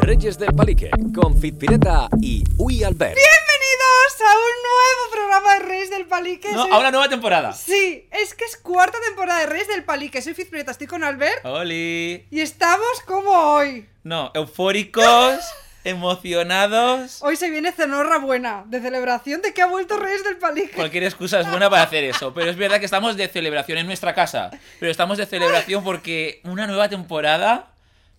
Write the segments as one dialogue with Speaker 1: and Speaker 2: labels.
Speaker 1: Reyes del Palique, con Fitpireta y Uy Albert.
Speaker 2: Bienvenidos a un nuevo programa de Reyes del Palique.
Speaker 3: No,
Speaker 2: Soy-
Speaker 3: a una nueva temporada.
Speaker 2: Sí, es que es cuarta temporada de Reyes del Palique. Soy Fizpreta, estoy con Albert
Speaker 3: Oli.
Speaker 2: y estamos como hoy.
Speaker 3: No, eufóricos, emocionados.
Speaker 2: Hoy se viene Cenorra Buena, de celebración de que ha vuelto Reyes del Palique.
Speaker 3: Cualquier excusa es buena para hacer eso. Pero es verdad que estamos de celebración en nuestra casa. Pero estamos de celebración porque una nueva temporada.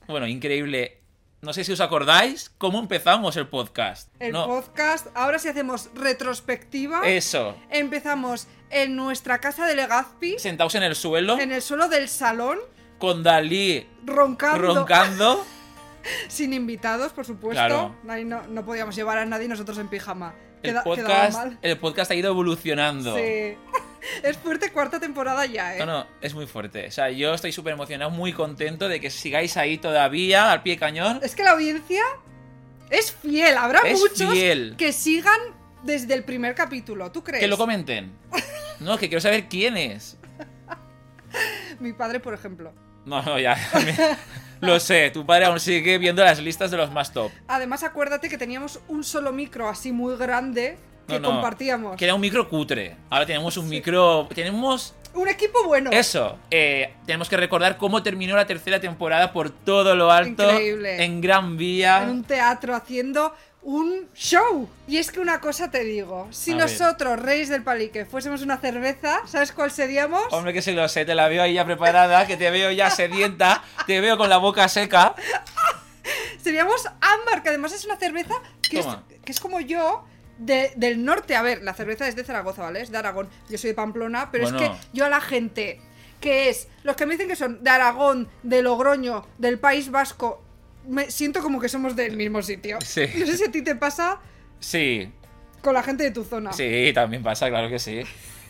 Speaker 3: Bueno, increíble. No sé si os acordáis cómo empezamos el podcast.
Speaker 2: El
Speaker 3: No,
Speaker 2: podcast, ahora sí hacemos retrospectiva.
Speaker 3: Eso.
Speaker 2: Empezamos en nuestra casa de Legazpi,
Speaker 3: Sentados en el suelo,
Speaker 2: en el suelo del salón,
Speaker 3: con Dalí
Speaker 2: roncando,
Speaker 3: roncando.
Speaker 2: sin invitados, por supuesto.
Speaker 3: Claro.
Speaker 2: Ahí No, no podíamos llevar a nadie nosotros en pijama.
Speaker 3: El
Speaker 2: Queda- quedaba
Speaker 3: podcast,
Speaker 2: mal.
Speaker 3: el podcast ha ido evolucionando.
Speaker 2: Sí. Es fuerte cuarta temporada ya, ¿eh?
Speaker 3: No, no, es muy fuerte. O sea, yo estoy súper emocionado, muy contento de que sigáis ahí todavía, al pie de cañón.
Speaker 2: Es que la audiencia es fiel. Habrá
Speaker 3: Es
Speaker 2: muchos
Speaker 3: fiel.
Speaker 2: que sigan desde el primer capítulo. ¿Tú crees?
Speaker 3: Que lo comenten. No, que quiero saber quién es.
Speaker 2: Mi padre, por ejemplo.
Speaker 3: No, no, ya. Lo sé, tu padre aún sigue viendo las listas de los más top.
Speaker 2: Además, acuérdate que teníamos un solo micro así muy grande que
Speaker 3: No, no.
Speaker 2: compartíamos.
Speaker 3: Que era un micro cutre. Ahora tenemos un micro. Tenemos.
Speaker 2: Un equipo bueno.
Speaker 3: Eso. eh, tenemos que recordar cómo terminó la tercera temporada por todo lo alto.
Speaker 2: Increíble.
Speaker 3: En Gran
Speaker 2: En
Speaker 3: Vía.
Speaker 2: un teatro haciendo un show. Y es que una cosa te digo. Si
Speaker 3: A ver.
Speaker 2: nosotros, Reyes del Palique, fuésemos una cerveza, ¿sabes cuál seríamos?
Speaker 3: Hombre, que se lo sé, te la veo ahí ya preparada, que te veo ya sedienta, te veo con la boca seca.
Speaker 2: Seríamos ámbar, que además es una cerveza que, es,
Speaker 3: Toma.
Speaker 2: que es como yo. de- del norte, a ver, la cerveza es de Zaragoza, ¿vale? Es de Aragón. Yo soy de Pamplona, pero es
Speaker 3: Bueno.
Speaker 2: que yo a la gente que es, los que me dicen que son de Aragón, de Logroño, del País Vasco, me siento como que somos del mismo sitio.
Speaker 3: Sí.
Speaker 2: No sé si a ti te pasa
Speaker 3: Sí,
Speaker 2: con la gente de tu zona.
Speaker 3: Sí, también pasa, claro que sí.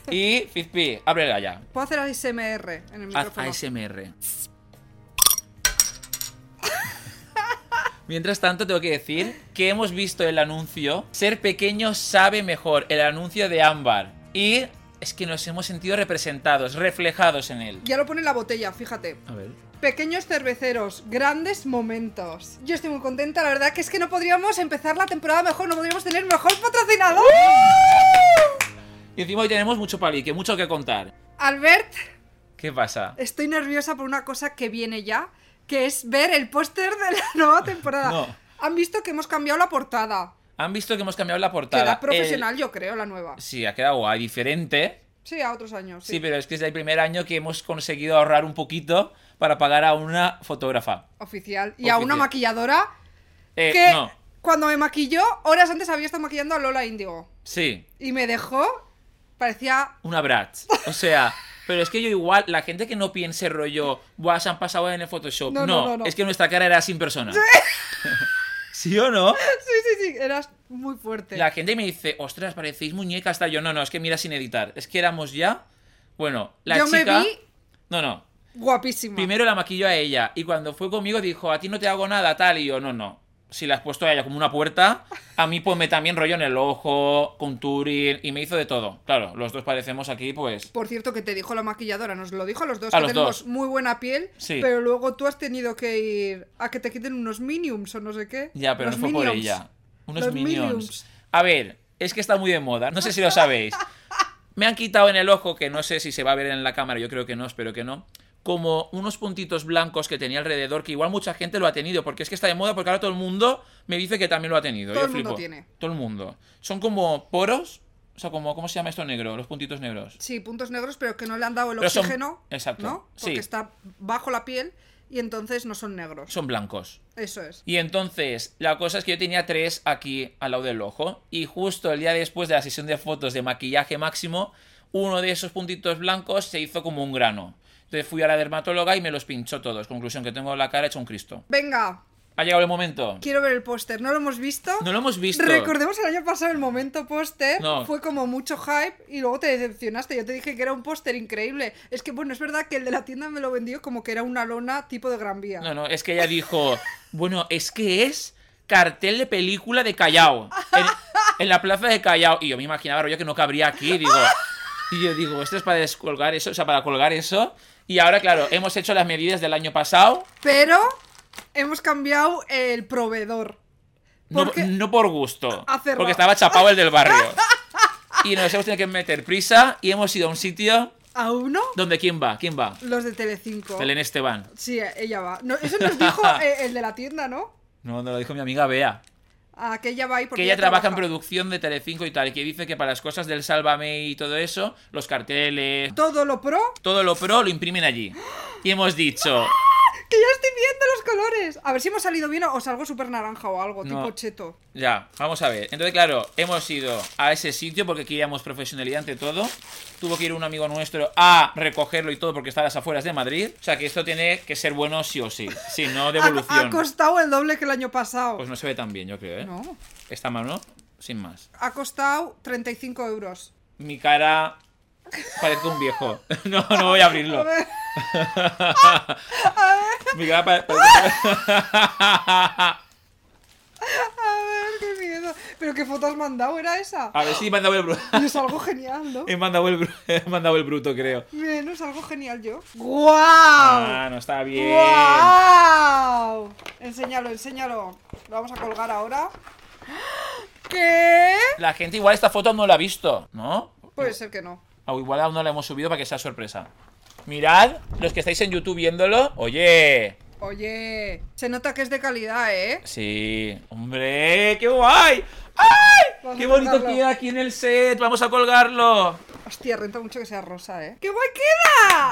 Speaker 3: Y Fizpi, ábrela ya.
Speaker 2: Puedo hacer ASMR en el
Speaker 3: Haz
Speaker 2: micrófono.
Speaker 3: ASMR. Mientras tanto, tengo que decir que hemos visto el anuncio Ser pequeño sabe mejor, el anuncio de Ámbar. Y es que nos hemos sentido representados, reflejados en él.
Speaker 2: Ya lo pone en la botella, fíjate.
Speaker 3: A ver.
Speaker 2: Pequeños cerveceros, grandes momentos. Yo estoy muy contenta, la verdad que es que no podríamos empezar la temporada mejor, no podríamos tener mejor patrocinador.
Speaker 3: ¡Uh! Y encima hoy tenemos mucho palique, mucho que contar.
Speaker 2: Albert,
Speaker 3: ¿Qué pasa?
Speaker 2: estoy nerviosa por una cosa que viene ya, que es ver el póster de la nueva temporada.
Speaker 3: No.
Speaker 2: Han visto que hemos cambiado la portada.
Speaker 3: Han visto que hemos cambiado la portada.
Speaker 2: Queda
Speaker 3: El-
Speaker 2: profesional, yo creo, la nueva.
Speaker 3: Sí, ha quedado guay, diferente.
Speaker 2: Sí, a otros años.
Speaker 3: Sí, pero es que es el primer año que hemos conseguido ahorrar un poquito para pagar a una fotógrafa.
Speaker 2: Oficial. Y a una
Speaker 3: Oficial.
Speaker 2: maquilladora
Speaker 3: Eh,
Speaker 2: que
Speaker 3: No,
Speaker 2: cuando me maquilló, horas antes había estado maquillando a Lola Índigo.
Speaker 3: sí,
Speaker 2: Y me dejó, parecía
Speaker 3: una Bratz. O sea, pero es que yo igual, la gente que no piense rollo, Buah, se han pasado en el Photoshop.
Speaker 2: No,
Speaker 3: No,
Speaker 2: no, no, no.
Speaker 3: es que nuestra cara era sin persona. ¿Sí, o no?
Speaker 2: Sí, sí, sí, eras muy fuerte.
Speaker 3: La gente me dice, ostras, parecéis muñeca hasta yo. No, no, es que mira sin editar. Es que éramos ya. Bueno, la
Speaker 2: Yo me
Speaker 3: chica.
Speaker 2: vi-
Speaker 3: No, no.
Speaker 2: Guapísima.
Speaker 3: Primero la maquilló a ella y cuando fue conmigo dijo, a ti no te hago nada, tal, y yo, no, no. Si la has puesto a ella como una puerta, a mí ponme también rollo en el ojo, contouring, y me hizo de todo. Claro, los dos parecemos aquí, pues...
Speaker 2: Por cierto, que te dijo la maquilladora, nos lo dijo a los dos,
Speaker 3: A
Speaker 2: que
Speaker 3: los
Speaker 2: tenemos
Speaker 3: dos.
Speaker 2: muy buena piel,
Speaker 3: Sí.
Speaker 2: pero luego tú has tenido que ir a que te quiten unos miniums o no sé qué.
Speaker 3: Ya, pero
Speaker 2: Los
Speaker 3: no fue por
Speaker 2: minions.
Speaker 3: ella. Unos
Speaker 2: Los
Speaker 3: minions.
Speaker 2: minions.
Speaker 3: A ver, es que está muy de moda, no sé si lo sabéis. Me han quitado en el ojo, que no sé si se va a ver en la cámara, yo creo que no, espero que no, como unos puntitos blancos que tenía alrededor, que igual mucha gente lo ha tenido, porque es que está de moda, porque ahora todo el mundo me dice que también lo ha tenido.
Speaker 2: Todo
Speaker 3: yo
Speaker 2: el mundo
Speaker 3: flipo.
Speaker 2: tiene.
Speaker 3: Todo el mundo. Son como poros, o sea, como, ¿cómo se llama esto negro? Los puntitos negros.
Speaker 2: Sí, puntos negros, pero que no le han dado el
Speaker 3: Pero son-
Speaker 2: oxígeno.
Speaker 3: Exacto,
Speaker 2: ¿no?
Speaker 3: sí.
Speaker 2: Porque está bajo la piel y entonces no son negros.
Speaker 3: Son blancos.
Speaker 2: Eso es.
Speaker 3: Y entonces, la cosa es que yo tenía tres aquí al lado del ojo. Y justo el día después de la sesión de fotos de maquillaje máximo, uno de esos puntitos blancos se hizo como un grano. Entonces fui a la dermatóloga y me los pinchó todos. Conclusión, que tengo la cara hecha un cristo.
Speaker 2: Venga,
Speaker 3: Ha llegado el momento.
Speaker 2: quiero ver el póster. ¿No lo hemos visto?
Speaker 3: No lo hemos visto.
Speaker 2: Recordemos el año pasado el momento póster.
Speaker 3: No.
Speaker 2: Fue como mucho hype y luego te decepcionaste. Yo te dije que era un póster increíble. Es que, bueno, es verdad que el de la tienda me lo vendió como que era una lona tipo de gran vía.
Speaker 3: No, no, es que ella dijo, bueno, es que es cartel de película de Callao. En, en la plaza de Callao. Y yo me imaginaba, rollo, que no cabría aquí, digo. Y yo digo, esto es para descolgar eso, o sea, para colgar eso. Y ahora, claro, hemos hecho las medidas del año pasado.
Speaker 2: Pero hemos cambiado el proveedor.
Speaker 3: No,
Speaker 2: Porque-
Speaker 3: no por gusto,
Speaker 2: Ha cerrado.
Speaker 3: porque estaba chapado el del barrio. Y nos hemos tenido que meter prisa y hemos ido a un sitio
Speaker 2: A uno,
Speaker 3: donde ¿quién va? ¿Quién va?
Speaker 2: los de Telecinco.
Speaker 3: Belén Esteban.
Speaker 2: Sí, ella va. No, eso nos dijo eh, el de la tienda, ¿no?
Speaker 3: No, no lo dijo mi amiga Bea.
Speaker 2: Ah, que ella va ahí porque
Speaker 3: que ella trabaja en producción de Telecinco y tal, y que dice que para las cosas del Sálvame y todo eso, los carteles,
Speaker 2: Todo lo pro,
Speaker 3: todo lo pro lo imprimen allí. Y hemos dicho,
Speaker 2: que ya estoy viendo los colores. A ver si hemos salido bien o salgo súper naranja o algo,
Speaker 3: No.
Speaker 2: tipo cheto.
Speaker 3: ya, vamos a ver. Entonces, claro, hemos ido a ese sitio porque queríamos profesionalidad ante todo. Tuvo que ir un amigo nuestro a recogerlo y todo porque está a las afueras de Madrid. O sea que esto tiene que ser bueno sí o sí, si no
Speaker 2: Ha, ha
Speaker 3: devolución.
Speaker 2: costado el doble que el año pasado.
Speaker 3: Pues no se ve tan bien, yo creo, ¿eh?
Speaker 2: No.
Speaker 3: Esta mano, sin más.
Speaker 2: Ha costado 35 euros.
Speaker 3: Mi cara parece un viejo. No, no voy a
Speaker 2: A
Speaker 3: abrirlo.
Speaker 2: ver,
Speaker 3: Mi cara pa- parece...
Speaker 2: a ver, qué miedo. Pero qué foto has mandado, era esa.
Speaker 3: A ver si me han dado el bruto.
Speaker 2: Y es algo genial, ¿no?
Speaker 3: he, mandado el bru- he mandado el bruto, creo.
Speaker 2: Bien, es algo genial yo. ¡Guau!
Speaker 3: Ah, no está bien.
Speaker 2: ¡Guau! Enséñalo, enséñalo. Lo vamos a colgar ahora. ¿Qué?
Speaker 3: La gente igual esta foto no la ha visto, ¿no?
Speaker 2: Puede ser que no.
Speaker 3: O igual aún no la hemos subido para que sea sorpresa. Mirad, los que estáis en YouTube viéndolo. Oye,
Speaker 2: Oye, se nota que es de calidad, ¿eh?
Speaker 3: sí. Hombre, qué guay. ¡Ay!
Speaker 2: Vamos
Speaker 3: ¡Qué
Speaker 2: a
Speaker 3: bonito
Speaker 2: colgarlo.
Speaker 3: queda aquí en el set! Vamos a colgarlo.
Speaker 2: Hostia, renta mucho que sea rosa, ¿eh? ¡Qué guay queda!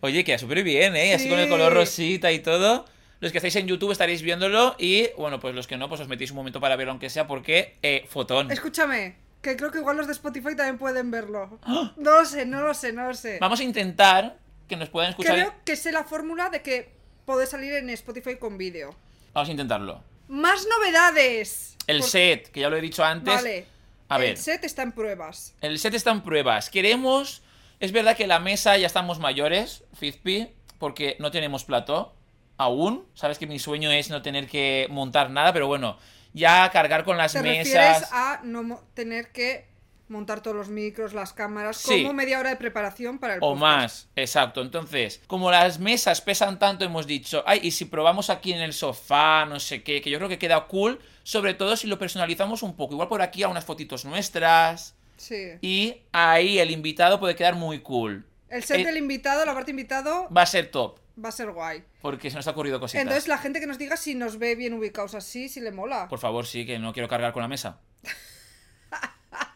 Speaker 3: Oye, queda súper bien, ¿eh? Así con el
Speaker 2: Sí.
Speaker 3: color rosita y todo. Los que estáis en YouTube estaréis viéndolo y, bueno, pues los que no, pues os metéis un momento para verlo, aunque sea porque, eh, fotón.
Speaker 2: Escúchame, que creo que igual los de Spotify también pueden verlo. No lo sé, no lo sé, no lo sé.
Speaker 3: ¡Ah! Vamos a intentar que nos puedan escuchar.
Speaker 2: Creo que sé la fórmula de que podés salir en Spotify con vídeo.
Speaker 3: Vamos a intentarlo.
Speaker 2: ¡Más novedades!
Speaker 3: El
Speaker 2: Por-
Speaker 3: set, que ya lo he dicho antes.
Speaker 2: Vale.
Speaker 3: A ver.
Speaker 2: El set está en pruebas.
Speaker 3: El set está en pruebas. Queremos. Es verdad que la mesa ya estamos mayores, Fizpi, porque no tenemos plató aún. Sabes que mi sueño es no tener que montar nada, pero bueno, ya cargar con las
Speaker 2: Te refieres
Speaker 3: mesas.
Speaker 2: a no mo- tener que montar todos los micros, las cámaras,
Speaker 3: Sí.
Speaker 2: como media hora de preparación para el
Speaker 3: O
Speaker 2: podcast.
Speaker 3: más, exacto. Entonces, como las mesas pesan tanto, hemos dicho, ay, y si probamos aquí en el sofá, no sé qué, que yo creo que queda cool, sobre todo si lo personalizamos un poco. Igual por aquí a unas fotitos nuestras.
Speaker 2: Sí.
Speaker 3: Y ahí el invitado puede quedar muy cool.
Speaker 2: El set
Speaker 3: Eh,
Speaker 2: del invitado, la parte invitado,
Speaker 3: Va a ser top,
Speaker 2: va a ser guay.
Speaker 3: porque se nos ha ocurrido cositas.
Speaker 2: Entonces la gente que nos diga si nos ve bien ubicados así, si le mola.
Speaker 3: Por favor, sí, que no quiero cargar con la mesa.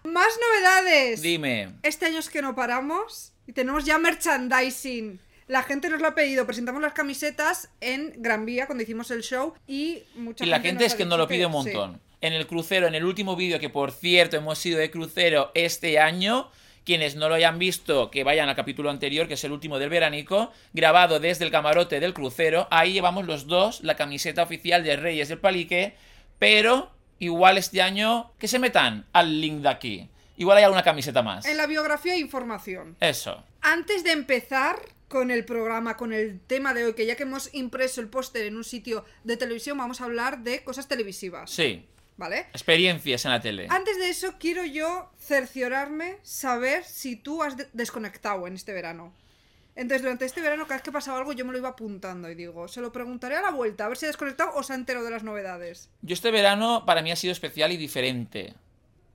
Speaker 2: Más novedades.
Speaker 3: Dime.
Speaker 2: Este año es que no paramos y tenemos ya merchandising. La gente nos lo ha pedido. Presentamos las camisetas en Gran Vía cuando hicimos el show y mucha
Speaker 3: Y la
Speaker 2: nos
Speaker 3: gente es
Speaker 2: ha
Speaker 3: que
Speaker 2: dicho
Speaker 3: nos lo pide un
Speaker 2: sí.
Speaker 3: montón. En el crucero, en el último vídeo, que por cierto hemos sido de crucero este año, quienes no lo hayan visto, que vayan al capítulo anterior, que es el último del veránico, grabado desde el camarote del crucero, ahí llevamos los dos la camiseta oficial de Reyes del Palique, pero igual este año que se metan al link de aquí. Igual hay alguna camiseta más.
Speaker 2: En la biografía hay información.
Speaker 3: Eso.
Speaker 2: Antes de empezar con el programa, con el tema de hoy, que ya que hemos impreso el póster en un sitio de televisión, vamos a hablar de cosas televisivas.
Speaker 3: Sí.
Speaker 2: ¿Vale?
Speaker 3: Experiencias en la tele.
Speaker 2: Antes de eso, quiero yo cerciorarme, saber si tú has de- desconectado en este verano. Entonces, durante este verano, cada vez que pasaba algo, yo me lo iba apuntando y digo, se lo preguntaré a la vuelta, a ver si ha desconectado o se ha enterado de las novedades.
Speaker 3: Yo este verano para mí ha sido especial y diferente.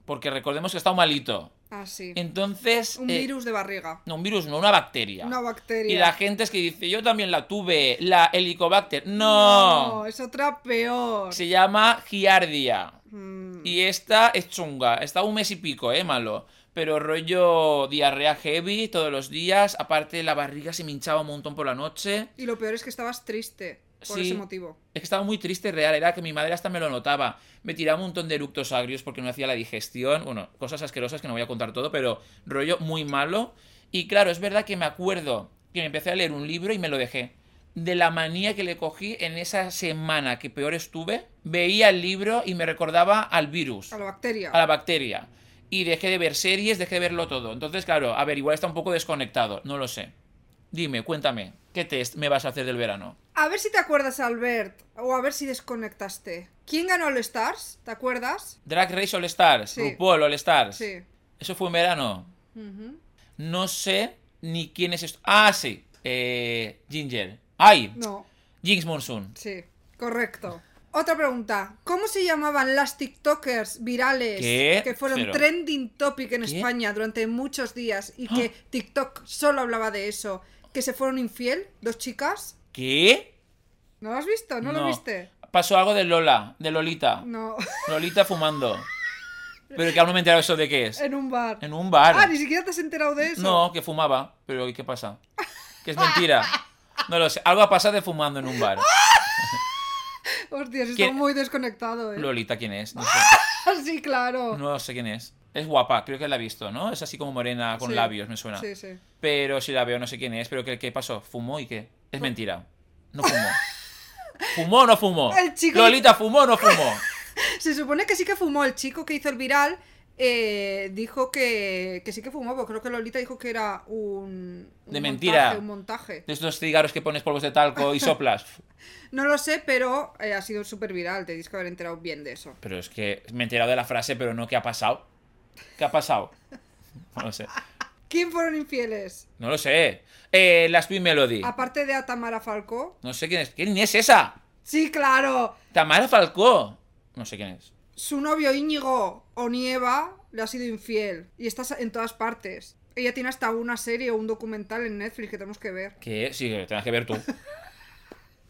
Speaker 3: Porque recordemos que he estado malito.
Speaker 2: Así.
Speaker 3: Entonces...
Speaker 2: Un
Speaker 3: eh,
Speaker 2: virus de barriga.
Speaker 3: No, un virus, no, una bacteria.
Speaker 2: Una bacteria.
Speaker 3: Y la gente es que dice, yo también la tuve, la helicobacter. No.
Speaker 2: No, es otra peor.
Speaker 3: Se llama giardia.
Speaker 2: Mm,
Speaker 3: Y esta es chunga. Está un mes y pico, eh, malo. Pero rollo diarrea heavy todos los días. Aparte la barriga se me hinchaba un montón por la noche.
Speaker 2: Y lo peor es que estabas triste por
Speaker 3: Sí.
Speaker 2: ese motivo.
Speaker 3: Es que estaba muy triste, real. Era que mi madre hasta me lo notaba. Me tiraba un montón de eructos agrios porque no hacía la digestión. Bueno, cosas asquerosas que no voy a contar todo, pero rollo muy malo. Y claro, es verdad que me acuerdo que me empecé a leer un libro y me lo dejé. De la manía que le cogí en esa semana que peor estuve, veía el libro y me recordaba al virus
Speaker 2: A la bacteria.
Speaker 3: a la bacteria. Y dejé de ver series, dejé de verlo todo. Entonces, claro, a ver, igual está un poco desconectado, no lo sé. Dime, cuéntame, ¿qué test me vas a hacer del verano?
Speaker 2: A ver si te acuerdas, Albert, o a ver si desconectaste. ¿Quién ganó el Stars? ¿Te acuerdas?
Speaker 3: Drag Race All Stars,
Speaker 2: Sí.
Speaker 3: RuPaul All Stars.
Speaker 2: Sí.
Speaker 3: Eso fue en verano.
Speaker 2: Ujú.
Speaker 3: No sé ni quién es esto. Ah, sí. Eh, Ginger. ¡Ay!
Speaker 2: No,
Speaker 3: Jinx Monsoon.
Speaker 2: sí. Correcto. Otra pregunta. ¿Cómo se llamaban las TikTokers virales
Speaker 3: ¿Qué?
Speaker 2: que fueron
Speaker 3: Pero-
Speaker 2: trending topic en
Speaker 3: ¿Qué? ¡Ah!
Speaker 2: España durante muchos días y que TikTok solo hablaba de eso? ¿Que se fueron infiel? ¿Dos chicas?
Speaker 3: ¿Qué?
Speaker 2: ¿No lo has visto? ¿No, lo viste?
Speaker 3: Pasó algo de Lola, de Lolita.
Speaker 2: No.
Speaker 3: Lolita fumando. Pero que aún no me he enterado eso de qué es.
Speaker 2: en un bar.
Speaker 3: En un bar.
Speaker 2: Ah, ni siquiera te has enterado de eso.
Speaker 3: No, que fumaba. Pero ¿y qué pasa? Que es mentira. No lo sé. Algo ha pasado de fumando en un bar.
Speaker 2: Hostias, está
Speaker 3: ¿Quién?
Speaker 2: muy desconectado, eh.
Speaker 3: Lolita, ¿quién es? No sé.
Speaker 2: sí, claro.
Speaker 3: No sé quién es. Es guapa, creo que la he visto, ¿no? Es así como morena con
Speaker 2: Sí.
Speaker 3: labios, me suena.
Speaker 2: Sí, sí.
Speaker 3: Pero si la veo, no sé quién es. Pero ¿qué, qué pasó? ¿Fumó y qué? Es mentira. No fumó. ¿Fumó o no fumó?
Speaker 2: El chico-
Speaker 3: Lolita fumó o no fumó.
Speaker 2: Se supone que sí que fumó el chico que hizo el viral. eh, dijo que, que sí que fumó, porque creo que Lolita dijo que era un. un
Speaker 3: De mentira.
Speaker 2: montaje, un montaje.
Speaker 3: De estos cigarros que pones polvos de talco y soplas.
Speaker 2: No lo sé, pero eh, ha sido súper viral. Tenéis que haber enterado bien de eso.
Speaker 3: Pero es que me he enterado de la frase, pero no qué ha pasado. ¿Qué ha pasado? No lo sé.
Speaker 2: ¿Quién fueron infieles?
Speaker 3: No lo sé. Eh, la Sweet Melody.
Speaker 2: Aparte de a Tamara Falcó.
Speaker 3: No sé quién es. ¿Quién es esa?
Speaker 2: Sí, claro.
Speaker 3: Tamara Falcó. No sé quién es.
Speaker 2: Su novio Íñigo Onieva le ha sido infiel. Y está en todas partes. Ella tiene hasta una serie o un documental en Netflix que tenemos que ver.
Speaker 3: ¿Qué? Sí, lo tendrás que ver tú.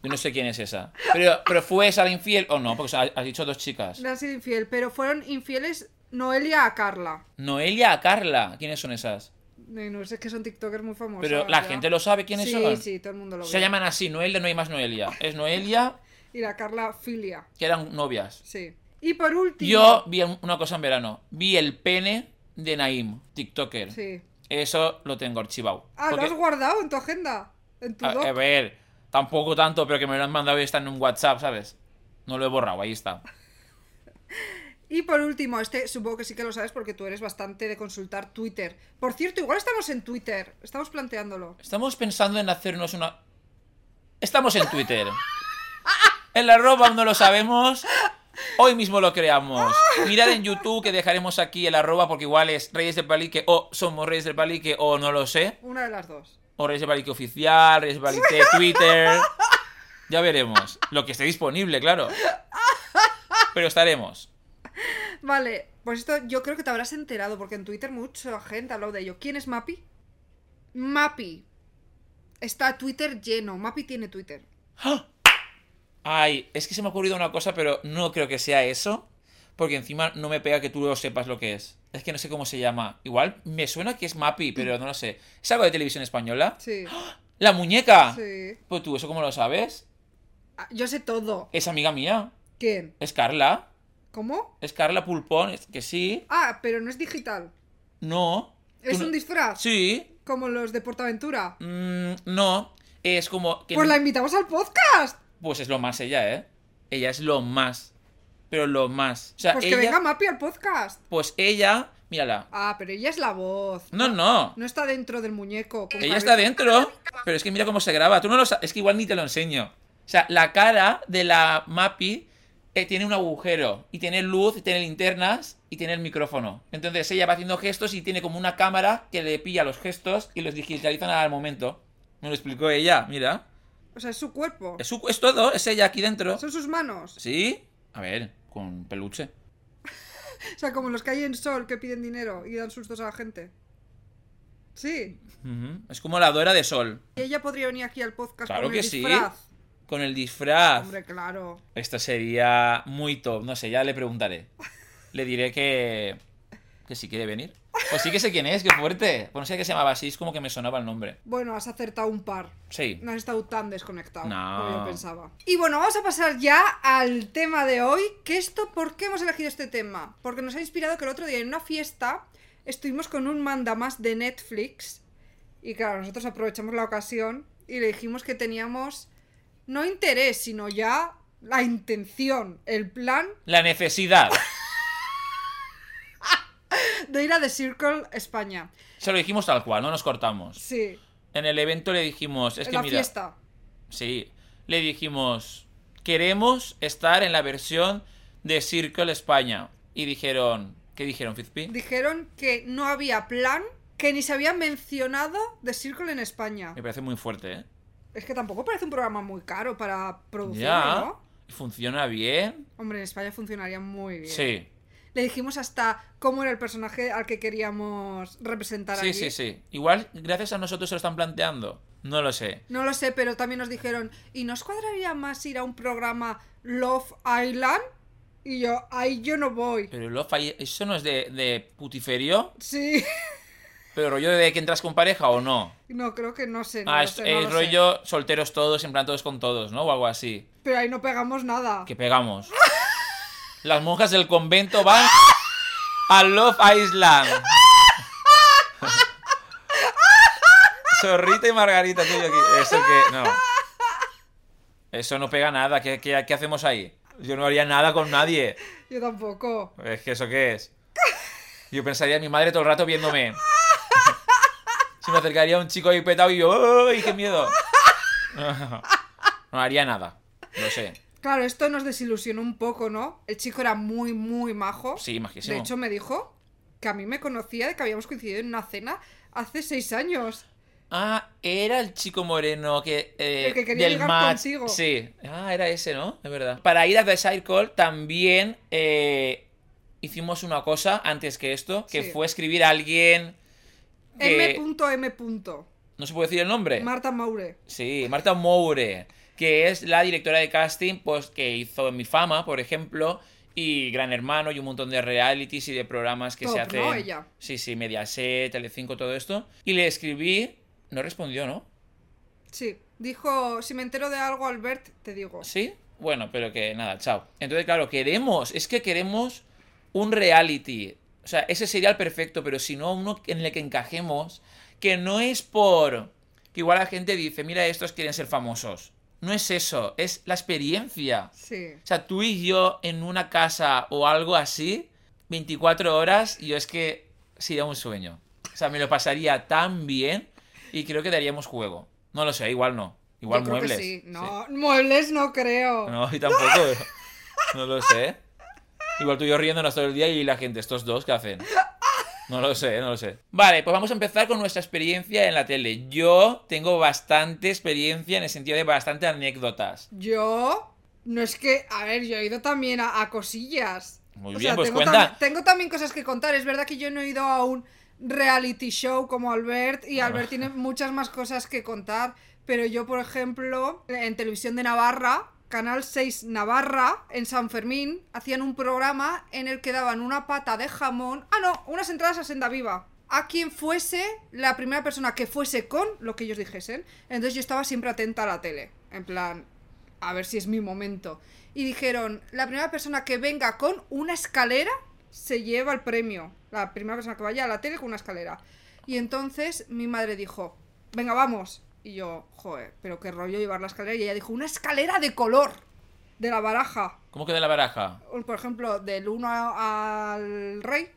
Speaker 3: Yo no sé quién es esa. Pero, pero ¿fue esa la infiel o no? Porque has dicho dos chicas.
Speaker 2: Le han sido infiel, pero fueron infieles Noelia a Carla.
Speaker 3: Noelia, Carla. ¿Quiénes son esas?
Speaker 2: Ay, No, sé, es que son TikTokers muy famosos.
Speaker 3: Pero la gente lo sabe quiénes
Speaker 2: sí,
Speaker 3: son.
Speaker 2: Sí, todo el mundo lo
Speaker 3: Se
Speaker 2: ve.
Speaker 3: llaman así, Noelia, no hay más Noelia. Es Noelia,
Speaker 2: Y la Carla Filia,
Speaker 3: que eran novias.
Speaker 2: sí. Y por último...
Speaker 3: Yo vi una cosa en verano. Vi el pene de Naim, TikToker.
Speaker 2: Sí.
Speaker 3: Eso lo tengo archivado.
Speaker 2: Ah,
Speaker 3: Porque-
Speaker 2: ¿lo has guardado en tu agenda? En tu
Speaker 3: a,
Speaker 2: doc.
Speaker 3: a ver, tampoco tanto, pero que me lo han mandado y está en un WhatsApp, ¿sabes? No lo he borrado, ahí está.
Speaker 2: Y por último, este supongo que sí que lo sabes porque tú eres bastante de consultar Twitter. Por cierto, igual estamos en Twitter. Estamos planteándolo.
Speaker 3: Estamos pensando en hacernos una. Estamos en Twitter. En la arroba aún no lo sabemos. Hoy mismo lo creamos. Mirad en YouTube que dejaremos aquí el arroba porque igual es Reyes del Palique o somos Reyes del Palique o no lo sé.
Speaker 2: Una de las dos.
Speaker 3: O Reyes del Palique oficial, Reyes del Palique Twitter. Ya veremos. Lo que esté disponible, claro. Pero estaremos.
Speaker 2: Vale, pues esto yo creo que te habrás enterado porque en Twitter mucha gente ha hablado de ello. ¿Quién es Mapi? Mapi. Está Twitter lleno. Mapi tiene Twitter.
Speaker 3: ¡Ah! Ay, es que se me ha ocurrido una cosa, pero no creo que sea eso. Porque encima no me pega que tú lo sepas lo que es. Es que no sé cómo se llama. Igual me suena que es Mapi, pero no lo sé. ¿Es algo de televisión española?
Speaker 2: Sí.
Speaker 3: ¡La muñeca!
Speaker 2: Sí.
Speaker 3: Pues tú, ¿eso cómo lo sabes?
Speaker 2: Ah, Yo sé todo.
Speaker 3: Es amiga mía.
Speaker 2: ¿Quién?
Speaker 3: Es Carla.
Speaker 2: ¿Cómo?
Speaker 3: Es Carla Pulpón. Es que sí.
Speaker 2: Ah, pero no es digital.
Speaker 3: No. Tú
Speaker 2: Es
Speaker 3: no-
Speaker 2: un disfraz.
Speaker 3: Sí.
Speaker 2: Como los de Portaventura.
Speaker 3: Mm, no. Es como... que
Speaker 2: Pues la
Speaker 3: no-
Speaker 2: invitamos al podcast.
Speaker 3: Pues es lo más ella, ¿eh? Ella es lo más. Pero lo más. O sea,
Speaker 2: Pues que
Speaker 3: ella...
Speaker 2: venga Mapi al podcast.
Speaker 3: Pues ella... Mírala.
Speaker 2: Ah, pero ella es la voz.
Speaker 3: No, no.
Speaker 2: No está dentro del muñeco. con
Speaker 3: Ella
Speaker 2: cabeza.
Speaker 3: está dentro, pero es que mira cómo se graba. Tú no lo sa- Es que igual ni te lo enseño. O sea, la cara de la Mappy eh, tiene un agujero. Y tiene luz, y tiene linternas, y tiene el micrófono. Entonces ella va haciendo gestos y tiene como una cámara que le pilla los gestos y los digitalizan al momento. Me lo explicó ella, mira.
Speaker 2: O sea, es su cuerpo.
Speaker 3: Es, su- es todo, es ella aquí dentro.
Speaker 2: Son sus manos.
Speaker 3: ¿Sí? A ver, con peluche.
Speaker 2: O sea, como los que hay en Sol que piden dinero y dan sustos a la gente. Sí.
Speaker 3: Ujú. Es como la Dora de Sol,
Speaker 2: Y ella podría venir aquí al podcast
Speaker 3: Claro
Speaker 2: con el
Speaker 3: que sí.
Speaker 2: disfraz.
Speaker 3: con el disfraz.
Speaker 2: Hombre, claro.
Speaker 3: Esto sería muy top. No sé, ya le preguntaré. Le diré que. que si quiere venir. Pues sí que sé quién es, qué fuerte. Pues no sé qué se llamaba así, es como que me sonaba el nombre.
Speaker 2: Bueno, has acertado un par.
Speaker 3: Sí.
Speaker 2: No has estado tan desconectado
Speaker 3: No.
Speaker 2: como yo pensaba. Y bueno, vamos a pasar ya al tema de hoy. Que esto, ¿por qué hemos elegido este tema? Porque nos ha inspirado que el otro día en una fiesta estuvimos con un mandamás de Netflix. Y claro, nosotros aprovechamos la ocasión y le dijimos que teníamos no interés, sino ya la intención, el plan
Speaker 3: La necesidad.
Speaker 2: de ir a The Circle España.
Speaker 3: Se lo dijimos tal cual, no nos cortamos.
Speaker 2: Sí,
Speaker 3: En el evento le dijimos. Es
Speaker 2: en
Speaker 3: que
Speaker 2: la
Speaker 3: mira.
Speaker 2: fiesta.
Speaker 3: Sí. Le dijimos. Queremos estar en la versión de Circle España. Y dijeron. ¿Qué dijeron, Fizpi?
Speaker 2: Dijeron que no había plan, que ni se había mencionado The Circle en España.
Speaker 3: Me parece muy fuerte, ¿eh?
Speaker 2: Es que tampoco parece un programa muy caro para producir,
Speaker 3: Ya.
Speaker 2: ¿no?
Speaker 3: ¿Funciona bien?
Speaker 2: Hombre, en España funcionaría muy bien.
Speaker 3: Sí.
Speaker 2: Le dijimos hasta cómo era el personaje al que queríamos representar
Speaker 3: Sí,
Speaker 2: aquí.
Speaker 3: sí, sí. Igual, gracias a nosotros se lo están planteando. No lo sé.
Speaker 2: No lo sé, pero también nos dijeron, ¿y nos cuadraría más ir a un programa Love Island? Y yo, ahí yo no voy.
Speaker 3: Pero lo falle- ¿Eso no es de, de putiferio?
Speaker 2: Sí.
Speaker 3: ¿Pero rollo de que entras con pareja o no?
Speaker 2: No, creo que no sé. no
Speaker 3: ah,
Speaker 2: lo
Speaker 3: es,
Speaker 2: sé, no
Speaker 3: es
Speaker 2: lo sé.
Speaker 3: rollo solteros todos, en plan todos con todos, ¿no? O algo así.
Speaker 2: Pero ahí no pegamos nada.
Speaker 3: Que pegamos. Las monjas del convento van a Love Island. Zorrita y Margarita, tú y yo aquí. Eso que. No. Eso no pega nada. ¿Qué, qué, qué hacemos ahí? Yo no haría nada con nadie.
Speaker 2: Yo tampoco.
Speaker 3: Es que eso qué es. Yo pensaría en mi madre todo el rato viéndome. Si me acercaría un chico ahí petado y yo, ¡ay, qué miedo! No haría nada. No sé.
Speaker 2: Claro, esto nos desilusionó un poco, ¿no? El chico era muy, muy majo.
Speaker 3: Sí, majísimo.
Speaker 2: De hecho, me dijo que a mí me conocía de que habíamos coincidido en una cena hace seis años.
Speaker 3: Ah, era el chico moreno que. eh,
Speaker 2: El que quería
Speaker 3: del
Speaker 2: ligar
Speaker 3: match.
Speaker 2: contigo.
Speaker 3: Sí. Ah, era ese, ¿no? Es verdad. Para ir a The Circle también eh, hicimos una cosa antes que esto, que
Speaker 2: Sí.
Speaker 3: fue escribir a alguien. Que... Eh.
Speaker 2: M.M.
Speaker 3: No se puede decir el nombre.
Speaker 2: Marta Maure.
Speaker 3: Sí, Marta Moure, que es la directora de casting, pues que hizo Mi Fama, por ejemplo, y Gran Hermano y un montón de realities y de programas que se
Speaker 2: Top,
Speaker 3: hacen.
Speaker 2: ¿no? Ella.
Speaker 3: Sí, sí, Mediaset, Telecinco, todo esto. Y le escribí, no respondió, ¿no?
Speaker 2: Sí. Dijo, si me entero de algo, Albert, te digo.
Speaker 3: Sí, bueno, pero que nada, chao. Entonces, claro, queremos, es que queremos un reality. O sea, ese sería el perfecto, pero si no, uno en el que encajemos, que no es por... Que igual la gente dice, mira, estos quieren ser famosos. No es eso, es la experiencia.
Speaker 2: Sí.
Speaker 3: O sea, tú y yo en una casa o algo así, 24 horas, yo es que sería un sueño. O sea, me lo pasaría tan bien y creo que daríamos juego. No lo sé, igual no. Igual
Speaker 2: Yo creo que
Speaker 3: muebles.
Speaker 2: sí. No, muebles no creo.
Speaker 3: No, y tampoco. No lo sé. Igual tú y yo riéndonos todo el día y la gente, estos dos, ¿qué hacen? No lo sé, no lo sé. Vale, pues vamos a empezar con nuestra experiencia en la tele. Yo tengo bastante experiencia en el sentido de bastante anécdotas.
Speaker 2: Yo. No es que. A ver, yo he ido también a, a cosillas.
Speaker 3: Muy
Speaker 2: O
Speaker 3: bien,
Speaker 2: sea,
Speaker 3: pues
Speaker 2: tengo
Speaker 3: cuenta.
Speaker 2: tam- tengo también cosas que contar. Es verdad que yo no he ido a un reality show como Albert.
Speaker 3: Ah.
Speaker 2: Y Albert tiene muchas más cosas que contar. Pero yo, por ejemplo, en Televisión de Navarra. Canal 6 Navarra, en San Fermín, hacían un programa en el que daban una pata de jamón. Ah, no, unas entradas a Senda Viva. A quien fuese la primera persona que fuese con lo que ellos dijesen. Entonces yo estaba siempre atenta a la tele. En plan, a ver si es mi momento. Y dijeron, la primera persona que venga con una escalera se lleva el premio. La primera persona que vaya a la tele con una escalera. Y entonces mi madre dijo, venga, vamos. Y yo, joder, pero qué rollo llevar la escalera. Y ella dijo, una escalera de color de la baraja.
Speaker 3: ¿Cómo queda la baraja?
Speaker 2: Un- Por ejemplo, del 1 a- al rey.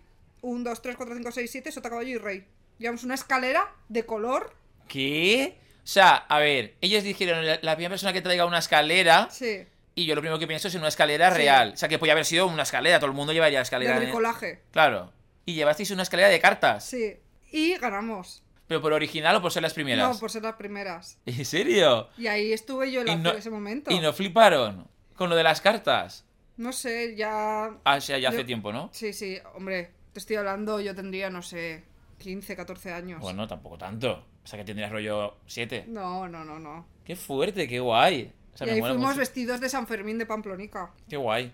Speaker 2: 1, 2, 3, 4, 5, 6, 7, sota, caballo y rey. Llevamos una escalera de color.
Speaker 3: ¿Qué? O sea, a ver, ellos dijeron la, la primera persona que traiga una escalera
Speaker 2: Sí,
Speaker 3: y yo lo primero que pienso es en una escalera
Speaker 2: Sí.
Speaker 3: real. O sea, que podía haber sido una escalera, todo el mundo llevaría escalera.
Speaker 2: de
Speaker 3: en-
Speaker 2: bricolaje.
Speaker 3: Claro. Y llevasteis una escalera de cartas.
Speaker 2: Sí. Y ganamos.
Speaker 3: ¿Pero por original o por ser las primeras?
Speaker 2: No, por ser las primeras.
Speaker 3: ¿En serio?
Speaker 2: Y ahí estuve yo en
Speaker 3: Y
Speaker 2: la-
Speaker 3: no-
Speaker 2: en ese momento.
Speaker 3: ¿Y
Speaker 2: No...
Speaker 3: no fliparon? Con lo de las cartas.
Speaker 2: sé, ya.
Speaker 3: Ah, o sea, ya hace
Speaker 2: Yo-
Speaker 3: tiempo, ¿no?
Speaker 2: Sí, sí, hombre, te estoy hablando, yo tendría, no sé, 15, 14 años.
Speaker 3: Bueno, tampoco tanto. O sea, que tendrías rollo 7.
Speaker 2: No, no, no, no.
Speaker 3: Qué fuerte, qué guay. O sea,
Speaker 2: y
Speaker 3: me
Speaker 2: ahí
Speaker 3: mola
Speaker 2: fuimos
Speaker 3: mucho.
Speaker 2: vestidos de San Fermín de Pamplonica.
Speaker 3: Qué guay.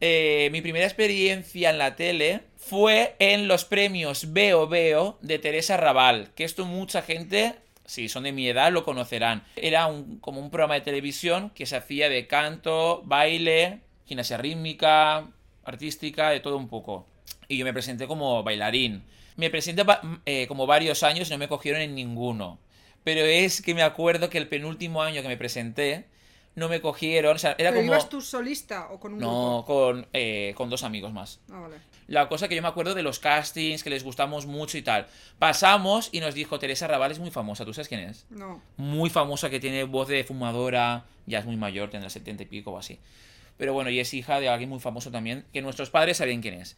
Speaker 3: Eh, mi primera experiencia en la tele fue en los premios Veo Veo de Teresa Raval, que esto mucha gente, si son de mi edad, lo conocerán. Era un- como un programa de televisión que se hacía de canto, baile, gimnasia rítmica, artística, de todo un poco. Y yo me presenté como bailarín. Me presenté va- eh, como varios años y no me cogieron en ninguno. Pero es que me acuerdo que el penúltimo año que me presenté, no me cogieron. O sea, era
Speaker 2: ¿Pero
Speaker 3: como...
Speaker 2: ibas tú solista o con un
Speaker 3: No,
Speaker 2: grupo?
Speaker 3: con, eh, con dos amigos más.
Speaker 2: Ah, vale.
Speaker 3: La cosa que yo me acuerdo de los castings, que les gustamos mucho y tal. Pasamos y nos dijo, Teresa Raval es muy famosa, ¿tú sabes quién es?
Speaker 2: No.
Speaker 3: Muy famosa, que tiene voz de fumadora, ya es muy mayor, tendrá 70 y pico o así. Pero bueno, y es hija de alguien muy famoso también, que nuestros padres sabían quién es.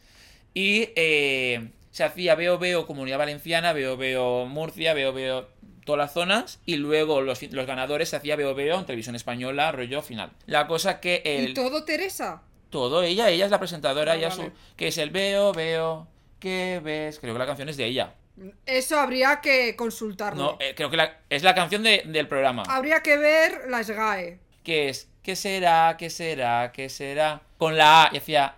Speaker 3: Y eh, se hacía veo veo Comunidad Valenciana, veo veo Murcia, veo veo todas las zonas y luego los, los ganadores se hacía veo veo en televisión española, rollo final. La cosa que el
Speaker 2: ¿Y todo Teresa?
Speaker 3: todo ella, ella es la presentadora,
Speaker 2: Ah,
Speaker 3: ella
Speaker 2: vale.
Speaker 3: su, que es el veo veo, ¿qué ves? Creo que la canción es de ella.
Speaker 2: Eso habría que consultarlo.
Speaker 3: No, eh, creo que la- es la canción de- del programa.
Speaker 2: Habría que ver la SGAE.
Speaker 3: que es ¿Qué será? ¿Qué será? ¿Qué será? Con la A y decía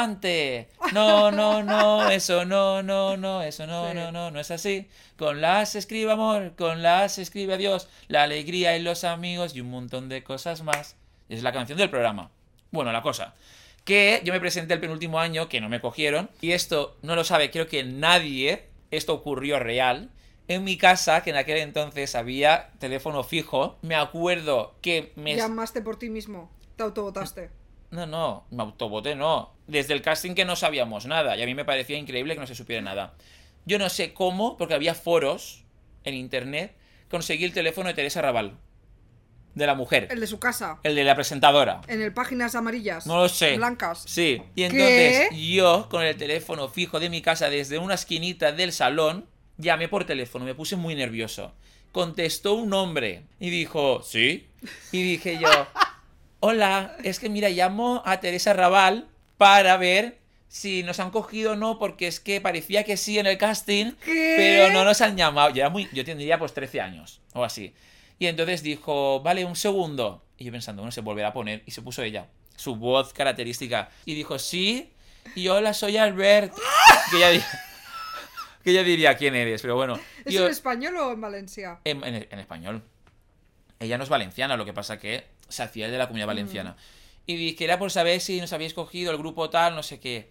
Speaker 3: elefante. No, no, no, eso no, no, no, eso no,
Speaker 2: Sí.
Speaker 3: no, no, no es así. Con la A se escribe amor, con la A se escribe adiós, la alegría y los amigos y un montón de cosas más. Es la canción del programa. Bueno, la cosa. Que yo me presenté el penúltimo año, que no me cogieron, y esto no lo sabe, creo que nadie, esto ocurrió real. En mi casa, que en aquel entonces había teléfono fijo, me acuerdo que me...
Speaker 2: Llamaste por ti mismo. Te autobotaste.
Speaker 3: No, no, me autoboté, no. Desde el casting que no sabíamos nada y a mí me parecía increíble que no se supiera nada. Yo no sé cómo, porque había foros en internet, conseguí el teléfono de Teresa Raval, de la mujer,
Speaker 2: El de su casa.
Speaker 3: el de la presentadora.
Speaker 2: En el páginas amarillas.
Speaker 3: eh. No lo sé.
Speaker 2: Blancas.
Speaker 3: Sí. Y entonces yo, con el teléfono fijo de mi casa desde una esquinita del salón, llamé por teléfono, me puse muy nervioso. Contestó un hombre y dijo, ¿sí? Y dije yo, hola, es que mira, llamo a Teresa Raval para ver si nos han cogido o no, porque es que parecía que sí en el casting,
Speaker 2: ¿Qué?
Speaker 3: pero no nos han llamado. Yo, era muy, yo tendría pues 13 años o así. Y entonces dijo, vale, un segundo. Y yo pensando, bueno, se volverá a poner. Y se puso ella, su voz característica. Y dijo, sí, y hola, soy Albert. Que ella, di- que ella diría quién eres, pero bueno.
Speaker 2: ¿Es
Speaker 3: Yo-
Speaker 2: en español o en Valencia?
Speaker 3: en, en- en español. Ella no es valenciana, lo que pasa que se hacía el de la comunidad
Speaker 2: Mm.
Speaker 3: valenciana. Y dije que era por saber si nos habéis cogido el grupo tal, no sé qué.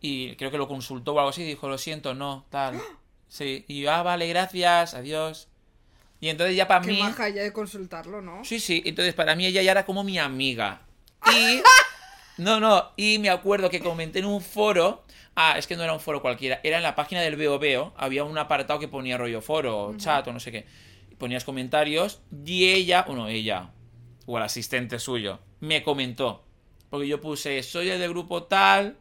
Speaker 3: Y creo que lo consultó o algo así, dijo, lo siento, no, tal. Sí, y yo, ah, vale, gracias, adiós. Y entonces ya para
Speaker 2: Qué
Speaker 3: mí...
Speaker 2: maja ella de consultarlo, ¿no?
Speaker 3: Sí, sí, entonces para mí ella ya era como mi amiga. Y... No, no, y me acuerdo que comenté en un foro... Ah, es que no era un foro cualquiera, era en la página del Veo Veo, había un apartado que ponía rollo foro, o chat o no sé qué. Ponías comentarios y ella, bueno, ella, o el asistente suyo, me comentó. Porque yo puse, soy el del grupo tal,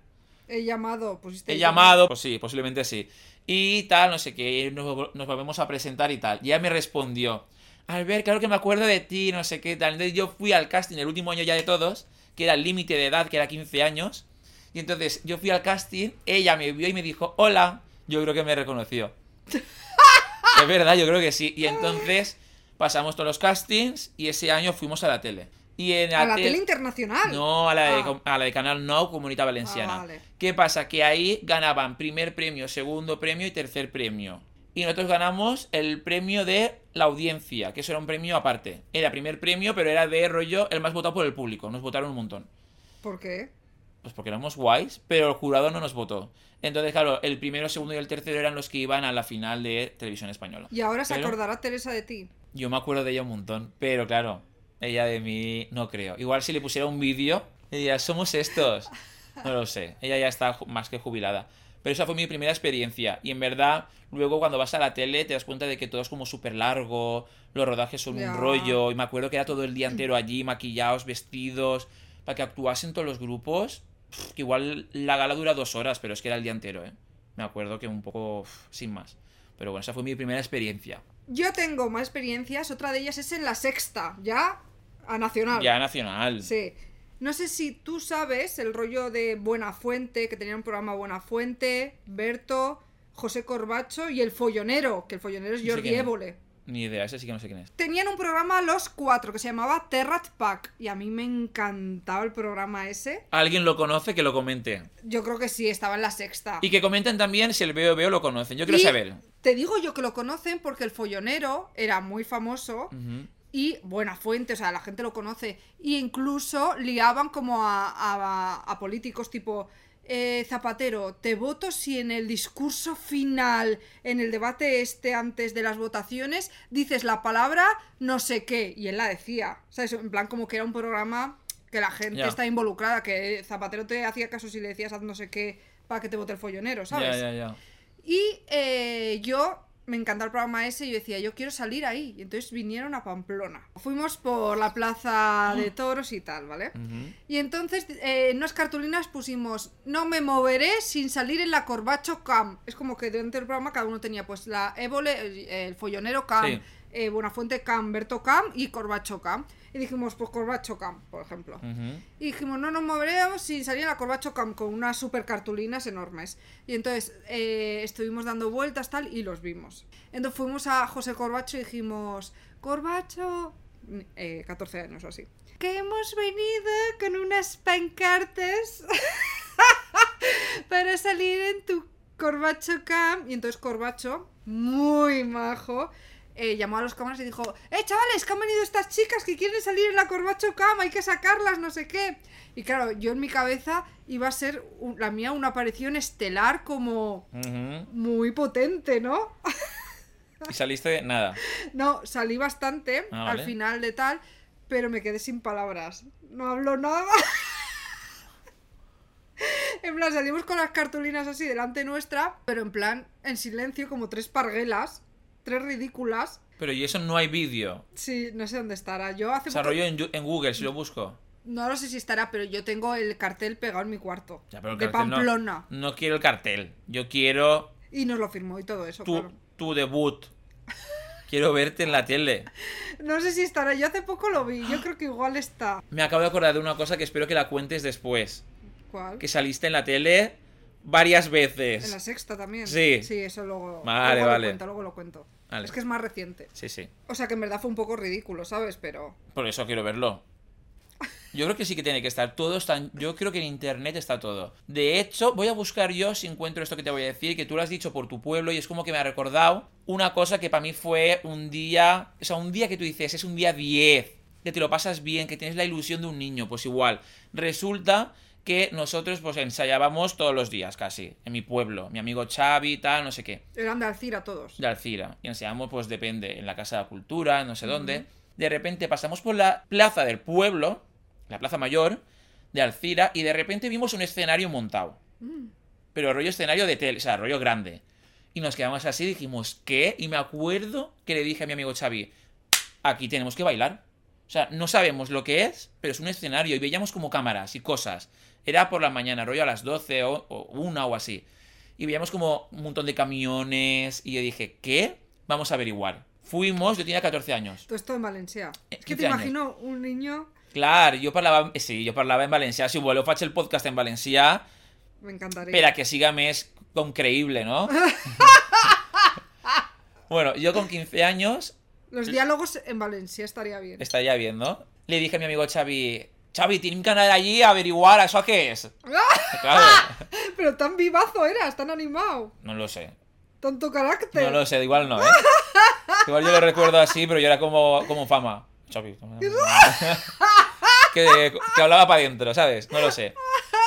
Speaker 2: He llamado. este pusiste
Speaker 3: He
Speaker 2: llamado.
Speaker 3: llamado, pues sí, posiblemente sí. Y tal, no sé qué, nos, vol- nos volvemos a presentar y tal. Y ella me respondió, Albert, claro que me acuerdo de ti, no sé qué tal. Entonces yo fui al casting el último año ya de todos, que era el límite de edad, que era 15 años. Y entonces yo fui al casting, ella me vio y me dijo, hola, yo creo que me reconoció. es verdad, yo creo que sí. Y entonces pasamos todos los castings y ese año fuimos a la tele. Y en
Speaker 2: A la
Speaker 3: tel-
Speaker 2: tele internacional.
Speaker 3: no, a la, de,
Speaker 2: Ah.
Speaker 3: com- a la de Canal No, Comunidad Valenciana.
Speaker 2: Ah, vale.
Speaker 3: ¿Qué pasa? Que ahí ganaban primer premio, segundo premio y tercer premio. Y nosotros ganamos el premio de la audiencia, que eso era un premio aparte. Era primer premio, pero era de rollo el más votado por el público. Nos votaron un montón.
Speaker 2: ¿Por qué?
Speaker 3: Pues porque éramos guays, pero el jurado no nos votó. Entonces, claro, el primero, segundo y el tercero eran los que iban a la final de televisión española.
Speaker 2: Y ahora se
Speaker 3: Pero-
Speaker 2: acordará Teresa de ti.
Speaker 3: Yo me acuerdo de ella un montón, pero claro, ella de mí no creo. Igual si le pusiera un vídeo, diría, somos estos. No lo sé, ella ya está ju- más que jubilada. Pero esa fue mi primera experiencia. Y en verdad, luego cuando vas a la tele te das cuenta de que todo es como súper largo, los rodajes son
Speaker 2: Ya.
Speaker 3: un rollo. Y me acuerdo que era todo el día entero allí, maquillados, vestidos, para que actuasen todos los grupos. Pff, que igual la gala dura dos horas, pero es que era el día entero, ¿eh? Me acuerdo que un poco uf, sin más. Pero bueno, esa fue mi primera experiencia.
Speaker 2: Yo tengo más experiencias, otra de ellas es en la sexta, ya a nacional.
Speaker 3: Ya nacional.
Speaker 2: Sí. No sé si tú sabes el rollo de Buena Fuente, que tenía un programa Buena Fuente, Berto, José Corbacho y El Follonero, que el Follonero es
Speaker 3: Ese
Speaker 2: Jordi
Speaker 3: quién es.
Speaker 2: Évole.
Speaker 3: Ni idea, ese sí que no sé quién es.
Speaker 2: Tenían un programa los cuatro que se llamaba Terrat Pack y a mí me encantaba el programa ese.
Speaker 3: ¿Alguien lo conoce? Que lo comente.
Speaker 2: Yo creo que sí, estaba en la sexta.
Speaker 3: Y que comenten también si el veo veo lo conocen. Yo quiero
Speaker 2: Y
Speaker 3: saber.
Speaker 2: Te digo yo que lo conocen porque el follonero era muy famoso
Speaker 3: Ujú.
Speaker 2: y buena fuente, o sea, la gente lo conoce. Y incluso liaban como a, a- a políticos tipo eh, Zapatero, te voto si en el discurso final, en el debate este antes de las votaciones, dices la palabra no sé qué. Y él la decía. ¿Sabes? En plan, como que era un programa que la gente
Speaker 3: Ya.
Speaker 2: está involucrada, que Zapatero te hacía caso si le decías haz no sé qué para que te vote el follonero, ¿sabes?
Speaker 3: Ya, ya, ya.
Speaker 2: Y eh, yo me encanta el programa ese y yo decía, yo quiero salir ahí. Y entonces vinieron a Pamplona. Fuimos por la plaza de toros y tal, ¿vale?
Speaker 3: Mm. Ujú.
Speaker 2: Y entonces eh, en unas cartulinas pusimos, no me moveré sin salir en la Corbacho Cam. Es como que dentro del programa cada uno tenía pues la Évole, eh, el Follonero Cam,
Speaker 3: Sí.
Speaker 2: eh, Buenafuente Cam, Berto Cam y Corbacho Cam. Y dijimos, pues Corbacho Cam, por ejemplo.
Speaker 3: Ujú.
Speaker 2: Y dijimos, no nos moveremos sin salir a la Corbacho Camp con unas super cartulinas enormes. Y entonces eh, estuvimos dando vueltas tal y los vimos. Entonces fuimos a José Corbacho y dijimos, Corbacho, eh, 14 años o así, que hemos venido con unas pancartas para salir en tu Corbacho Camp. Y entonces Corbacho, muy majo, eh, llamó a los cámaras y dijo, ¡Eh, chavales, que han venido estas chicas que quieren salir en la Corbacho Camp! Hay que sacarlas, no sé qué. Y claro, yo en mi cabeza iba a ser un- la mía una aparición estelar como
Speaker 3: Ujú.
Speaker 2: muy potente, ¿no?
Speaker 3: Y saliste de nada.
Speaker 2: No, salí bastante
Speaker 3: Ah,
Speaker 2: al
Speaker 3: vale.
Speaker 2: final de tal, pero me quedé sin palabras. No hablo nada. En plan, salimos con las cartulinas así delante nuestra, pero en plan, en silencio, como tres parguelas, tres ridículas.
Speaker 3: Pero y eso no hay vídeo.
Speaker 2: Sí, no sé dónde estará. Yo hace poco-
Speaker 3: Desarrollo en, Yu- en Google si lo busco.
Speaker 2: No lo sé si estará, pero yo tengo el cartel pegado en mi cuarto.
Speaker 3: Ya, pero el
Speaker 2: de
Speaker 3: cartel no-
Speaker 2: Pamplona.
Speaker 3: No, quiero el cartel. Yo quiero
Speaker 2: Y nos lo firmó y todo eso,
Speaker 3: tu,
Speaker 2: claro.
Speaker 3: tu debut. Quiero verte en la tele.
Speaker 2: No sé si estará. Yo hace poco lo vi. Yo creo que igual está.
Speaker 3: Me acabo de acordar de una cosa que espero que la cuentes después.
Speaker 2: ¿Cuál?
Speaker 3: Que saliste en la tele varias
Speaker 2: En la
Speaker 3: veces.
Speaker 2: sexta también.
Speaker 3: Sí.
Speaker 2: Sí, eso luego,
Speaker 3: Vale,
Speaker 2: luego
Speaker 3: vale.
Speaker 2: lo cuento, luego lo cuento.
Speaker 3: Vale.
Speaker 2: Es que es más reciente.
Speaker 3: Sí, sí.
Speaker 2: O sea que en verdad fue un poco ridículo, ¿sabes? Pero.
Speaker 3: Por eso quiero verlo. Yo creo que sí que tiene que estar. Todo está. en- Yo creo que en internet está todo. De hecho, voy a buscar yo si encuentro esto que te voy a decir, que tú lo has dicho por tu pueblo y es como que me ha recordado una cosa que para mí fue un día. O sea, un día que tú dices, es un día 10, que te lo pasas bien, que tienes la ilusión de un niño. Pues igual. Resulta que nosotros pues ensayábamos todos los días casi, en mi pueblo. Mi amigo Xavi, tal, no sé qué
Speaker 2: Eran de Alcira todos.
Speaker 3: de Alcira. Y enseñamos, pues depende, en la Casa de la Cultura, no sé dónde. De repente pasamos por la plaza del pueblo, la plaza mayor de Alcira, y de repente vimos un escenario montado. Pero rollo escenario de tele, o sea, rollo grande. Y nos quedamos así, dijimos, ¿qué? Y me acuerdo que le dije a mi amigo Xavi, aquí tenemos que bailar. O sea, no sabemos lo que es, pero es un escenario y veíamos como cámaras y cosas. Era por la mañana, rollo a las 12 o, o una o así. Y veíamos como un montón de camiones y yo dije, ¿qué? Vamos a averiguar. Fuimos, yo tenía 14 años.
Speaker 2: Todo esto en Valencia.
Speaker 3: Eh,
Speaker 2: Es que
Speaker 3: 15
Speaker 2: te
Speaker 3: años.
Speaker 2: imagino un niño.
Speaker 3: Claro, yo parlaba, eh, sí, yo parlaba en valencià. Si voleu faig el podcast en valencià
Speaker 2: Me encantaría.
Speaker 3: Espera, que siga més increíble, ¿no? bueno, yo con 15 años
Speaker 2: Los diálogos en Valencia estaría bien.
Speaker 3: estaría viendo. Le dije a mi amigo Xavi, Xavi, tiene un canal allí a averiguar, ¿eso a qué es? Claro,
Speaker 2: Pero tan vivazo eras, tan animado.
Speaker 3: no lo sé.
Speaker 2: Tanto carácter.
Speaker 3: No lo sé, igual no, ¿eh? Igual yo lo recuerdo así, pero yo era como, como fama. Xavi. que, que hablaba para adentro, ¿sabes? No lo sé.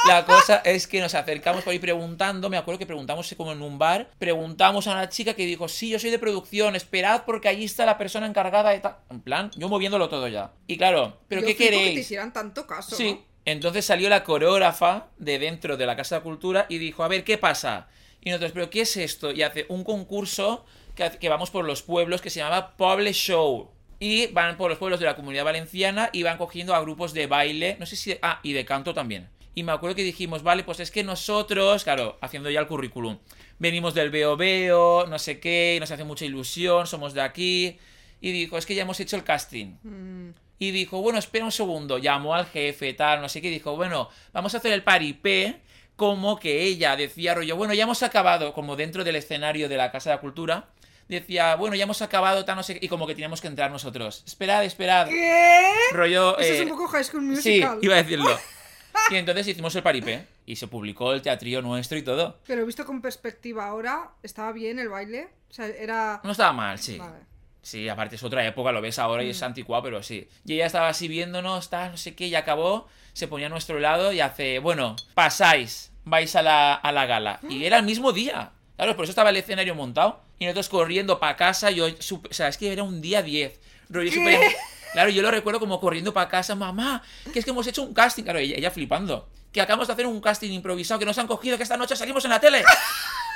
Speaker 3: La cosa es que nos acercamos por ahí preguntando, me acuerdo que preguntamos como en un bar, preguntamos a una chica que dijo, sí, yo soy de producción, esperad porque allí está la persona encargada de tal... En plan, yo moviéndolo todo ya. Y claro, ¿pero
Speaker 2: Yo
Speaker 3: qué
Speaker 2: flipo Que te
Speaker 3: queréis?
Speaker 2: hicieran tanto caso.
Speaker 3: Sí.
Speaker 2: ¿no?
Speaker 3: Entonces salió la coreógrafa de dentro de la Casa de la Cultura y dijo, a ver, ¿qué pasa? Y nosotros, ¿pero qué es esto? Y hace un concurso que, hace- que vamos por los pueblos que se llamaba Poble Show. Y van por los pueblos de la comunidad valenciana y van cogiendo a grupos de baile, no sé si... ah, y de canto también. Y me acuerdo que dijimos, vale, pues es que nosotros, claro, haciendo ya el currículum, venimos del Veo Veo, no sé qué, y nos hace mucha ilusión, somos de aquí. Y dijo, es que ya hemos hecho el casting.
Speaker 2: Mm,
Speaker 3: Y dijo, bueno, espera un segundo. Llamó al jefe, tal, no sé qué. y Dijo, bueno, vamos a hacer el paripé. Como que ella decía, rollo, bueno, ya hemos acabado. Como dentro del escenario de la Casa de la Cultura. Decía, bueno, ya hemos acabado, tal, no sé qué. Y como que teníamos que entrar nosotros. Esperad, esperad.
Speaker 2: ¿Qué?
Speaker 3: Rollo.
Speaker 2: Eso es
Speaker 3: Ah. eh,
Speaker 2: un poco High School
Speaker 3: sí,
Speaker 2: Musical.
Speaker 3: iba a decirlo. Y entonces hicimos el paripé. Y se publicó el teatrillo nuestro y todo.
Speaker 2: Pero visto con perspectiva ahora, estaba bien el baile. O sea, era.
Speaker 3: No estaba mal, sí.
Speaker 2: Vale.
Speaker 3: Sí, aparte es otra época, lo ves ahora y es anticuado, pero sí. Y ella estaba así viéndonos, tal, no sé qué, y acabó, se ponía a nuestro lado y hace, bueno, pasáis, vais a la, a la gala. Y era el mismo día. Claro, por eso estaba el escenario montado. Y nosotros corriendo para casa, yo, sup- o sea, es que era un día 10. Rollo súper- Claro, yo lo recuerdo como corriendo para casa, mamá, que es que hemos hecho un casting. Claro, ella, ella flipando. Que acabamos de hacer un casting improvisado, que nos han cogido, que esta noche salimos en la tele.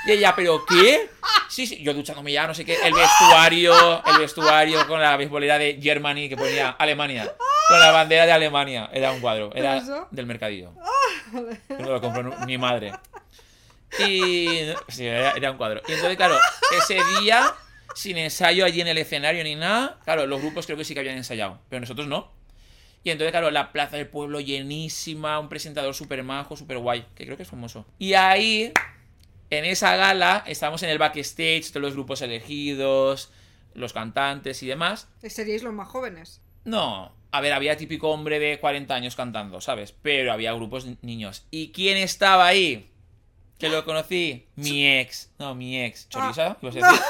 Speaker 3: Y ella, ¿pero qué? Sí, sí, yo duchándome ya, no sé qué. El vestuario, el vestuario con la beisbolera de Germany que ponía Alemania. Con la bandera de Alemania. Era un cuadro, era
Speaker 2: ¿Pero eso?
Speaker 3: del mercadillo. No lo compró nu- mi madre. Y. Sí, era, era un cuadro. Y entonces, claro, ese día, sin ensayo allí en el escenario ni nada, claro, los grupos creo que sí que habían ensayado, pero nosotros no. Y entonces, claro, la plaza del pueblo llenísima, un presentador súper majo, súper guay, que creo que es famoso. Y ahí, en esa gala, estábamos en el backstage, todos los grupos elegidos, los cantantes y demás.
Speaker 2: Eh, Seríais los más jóvenes.
Speaker 3: No, a ver, había típico hombre de 40 años cantando, ¿sabes? Pero había grupos ni- niños. ¿Y quién estaba ahí? Que lo conocí. Mi ex. No, mi
Speaker 2: Ah,
Speaker 3: ex. ¿Choriza? ¿Ibas a decir?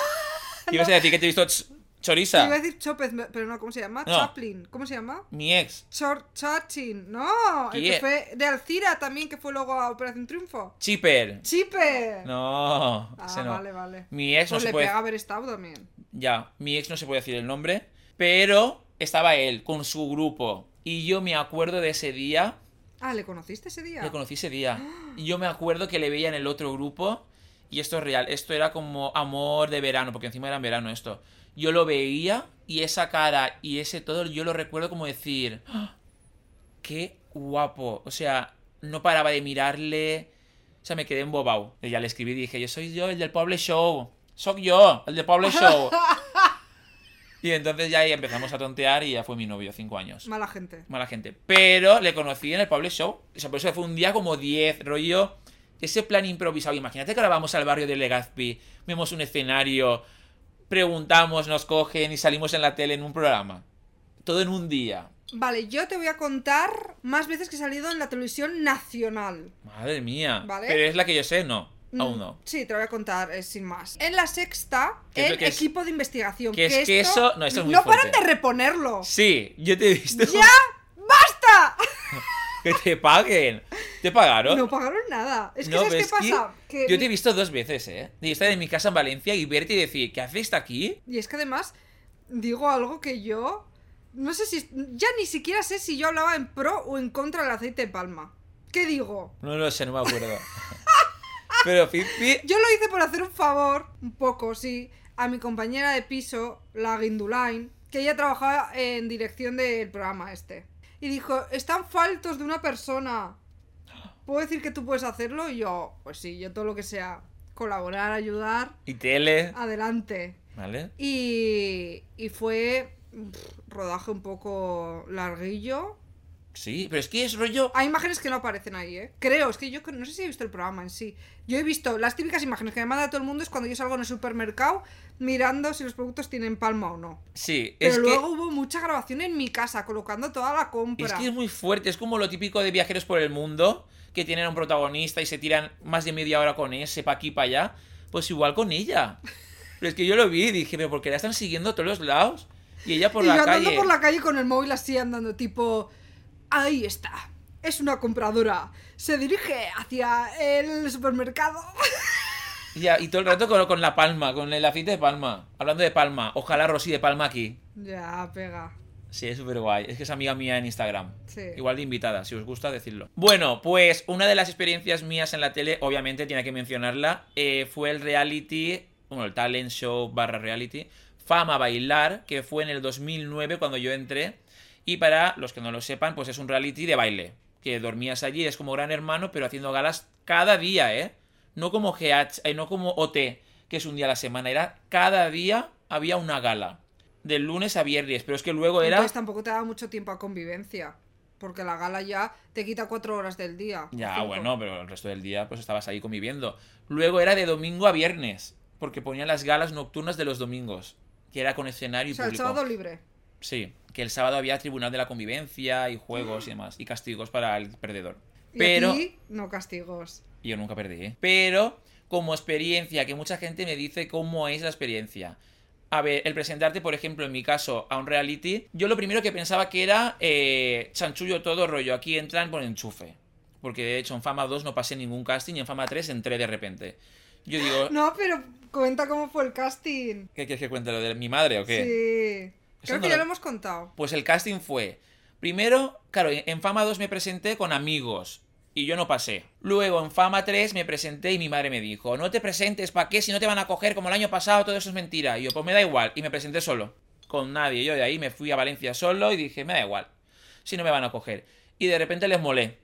Speaker 3: ¿Ibas a decir que te he visto ch-
Speaker 2: Te Iba a
Speaker 3: choriza?
Speaker 2: decir Chopez, pero no, ¿cómo se llama?
Speaker 3: No.
Speaker 2: Chaplin. ¿Cómo se llama?
Speaker 3: Mi ex.
Speaker 2: Chor Chachin. No, el
Speaker 3: ¿Quién?
Speaker 2: que fue de Alcira también, que fue luego a Operación Triunfo.
Speaker 3: Chipper.
Speaker 2: ¡Chipe!
Speaker 3: No,
Speaker 2: ah,
Speaker 3: ese no.
Speaker 2: vale, vale.
Speaker 3: Mi ex no
Speaker 2: Pues
Speaker 3: se
Speaker 2: le
Speaker 3: puede.
Speaker 2: pega haber estado también.
Speaker 3: Ya, mi ex no se puede decir el nombre, pero estaba él con su grupo. Y yo me acuerdo de ese día
Speaker 2: Ah, ¿le conociste ese día?
Speaker 3: Le conocí ese día. Y yo me acuerdo que le veía en el otro grupo. Y esto es real. Esto era como amor de verano, porque encima era en verano esto. Yo lo veía y esa cara y ese todo, yo lo recuerdo como decir. "¡Ah! ¡Qué guapo! O sea, no paraba de mirarle. O sea, me quedé embobado. Y ya le escribí y dije, yo soy yo, el del Pablo Show. Soy yo, el del Pablo Show. y entonces ya ahí empezamos a tontear y ya fue mi novio, cinco años
Speaker 2: Mala gente.
Speaker 3: mala gente. Pero le conocí en el Pablo Show. O sea, por eso fue un día como 10, rollo. Ese plan improvisado. Imagínate que ahora vamos al barrio de Legazpi, vemos un escenario, preguntamos, nos cogen y salimos en la tele en un programa. Todo en un día.
Speaker 2: Vale, yo te voy a contar más veces que he salido en la televisión nacional.
Speaker 3: Madre mía.
Speaker 2: Vale.
Speaker 3: Pero es la que yo sé, no.
Speaker 2: Mm,
Speaker 3: Aún no.
Speaker 2: Sí, te lo voy a contar eh, sin más. En la sexta,
Speaker 3: Que es lo
Speaker 2: el
Speaker 3: que es-
Speaker 2: equipo de investigación.
Speaker 3: que es que eso- no, esto es muy
Speaker 2: paran
Speaker 3: fuerte.
Speaker 2: de reponerlo.
Speaker 3: Sí, yo te he visto.
Speaker 2: ¡Ya! ¡Basta!
Speaker 3: Que te paguen. ¿Te pagaron?
Speaker 2: No pagaron nada. Es que
Speaker 3: No,
Speaker 2: ¿sabes qué
Speaker 3: pero es que
Speaker 2: pasa? Que-
Speaker 3: Yo te he visto dos veces, ¿eh? De estar en mi casa en Valencia y verte y decir, ¿qué haces aquí?
Speaker 2: Y es que además digo algo que yo no sé si ya ni siquiera sé si yo hablaba en pro o en contra del aceite de palma. ¿Qué digo?
Speaker 3: No lo sé, no me acuerdo. Pero Fifi,
Speaker 2: Yo lo hice por hacer un favor, un poco, sí, a mi compañera de piso, la Guindulain, que ella trabajaba en dirección del programa este. Y dijo, están faltos de una persona. ¿Puedo decir que tú puedes hacerlo? Y yo, pues sí, yo todo lo que sea colaborar, ayudar,
Speaker 3: y tele,
Speaker 2: adelante.
Speaker 3: ¿vale?
Speaker 2: Y, y fue pff, rodaje un poco larguillo.
Speaker 3: Sí, pero es que es rollo.
Speaker 2: Hay imágenes que no aparecen ahí, ¿eh? Creo, es que yo cre- no sé si he visto el programa en sí. Yo he visto las típicas imágenes que me manda todo el mundo es cuando yo salgo en el supermercado mirando si los productos tienen palma o no.
Speaker 3: Sí,
Speaker 2: Pero
Speaker 3: es
Speaker 2: luego hubo mucha grabación en mi casa, colocando toda la
Speaker 3: que.
Speaker 2: compra.
Speaker 3: Es que es muy fuerte, es como lo típico de viajeros por el mundo, que tienen a un protagonista y se tiran más de media hora con ese, pa' aquí, pa' allá. Pues igual con ella. Pero es que yo lo vi y dije, pero porque la están siguiendo a todos los lados. Y ella por
Speaker 2: y yo
Speaker 3: la
Speaker 2: andando
Speaker 3: calle.
Speaker 2: por la calle con el móvil así andando, tipo, ahí está. Es una compradora. Se dirige hacia el supermercado.
Speaker 3: Y, a- y todo el rato con, con la palma, con el aceite de palma. Hablando de palma, ojalá Rosy de palma aquí.
Speaker 2: ya, pega.
Speaker 3: Sí, es súper guay. Es que es amiga mía en Instagram.
Speaker 2: Sí.
Speaker 3: Igual de invitada, si os gusta decirlo. Bueno, pues una de las experiencias mías en la tele, obviamente tiene que mencionarla, eh, fue el reality, bueno, el talent show barra reality, Fama Bailar, que fue en el 2009 cuando yo entré. Y para los que no lo sepan, pues es un reality de baile. Que dormías allí, es como Gran Hermano, pero haciendo galas cada día, ¿eh? No como GH, eh, no como OT, que es un día a la semana. Era cada día había una gala. Del lunes a viernes, pero es que luego era...
Speaker 2: Entonces tampoco te da mucho tiempo a convivencia. Porque la gala ya te quita cuatro horas del día. o
Speaker 3: Ya,
Speaker 2: cinco.
Speaker 3: bueno, pero el resto del día pues estabas ahí conviviendo. Luego era de domingo a viernes, porque ponían las galas nocturnas de los domingos, que era con escenario y
Speaker 2: O sea, el
Speaker 3: público.
Speaker 2: sábado libre.
Speaker 3: Sí, que el sábado había tribunal de la convivencia y juegos y demás, y castigos para el perdedor.
Speaker 2: Y
Speaker 3: Pero
Speaker 2: aquí, no castigos.
Speaker 3: yo nunca perdí, ¿eh? Pero como experiencia, que mucha gente me dice cómo es la experiencia. A ver, el presentarte, por ejemplo, en mi caso, a un reality, yo lo primero que pensaba que era eh, chanchullo todo rollo. Aquí entran por enchufe. Porque de hecho en Fama 2 no pasé ningún casting y en Fama 3 entré de repente. Yo digo,
Speaker 2: No, pero cuenta cómo fue el casting.
Speaker 3: ¿qué quieres que cuente lo de mi madre o qué?
Speaker 2: Sí.
Speaker 3: Eso
Speaker 2: Creo
Speaker 3: no
Speaker 2: que ya
Speaker 3: lo-
Speaker 2: lo hemos contado.
Speaker 3: Pues el casting fue. Primero, claro, en en Fama 2 me presenté con amigos. y yo no pasé. Luego en Fama 3 me presenté y mi madre me dijo, no te presentes, ¿para qué? Si no te van a coger como el año pasado, todo eso es mentira. Y yo, pues me da igual. Y me presenté solo, con nadie. Yo de ahí me fui a Valencia solo y dije, me da igual, si no me van a coger. Y de repente les molé.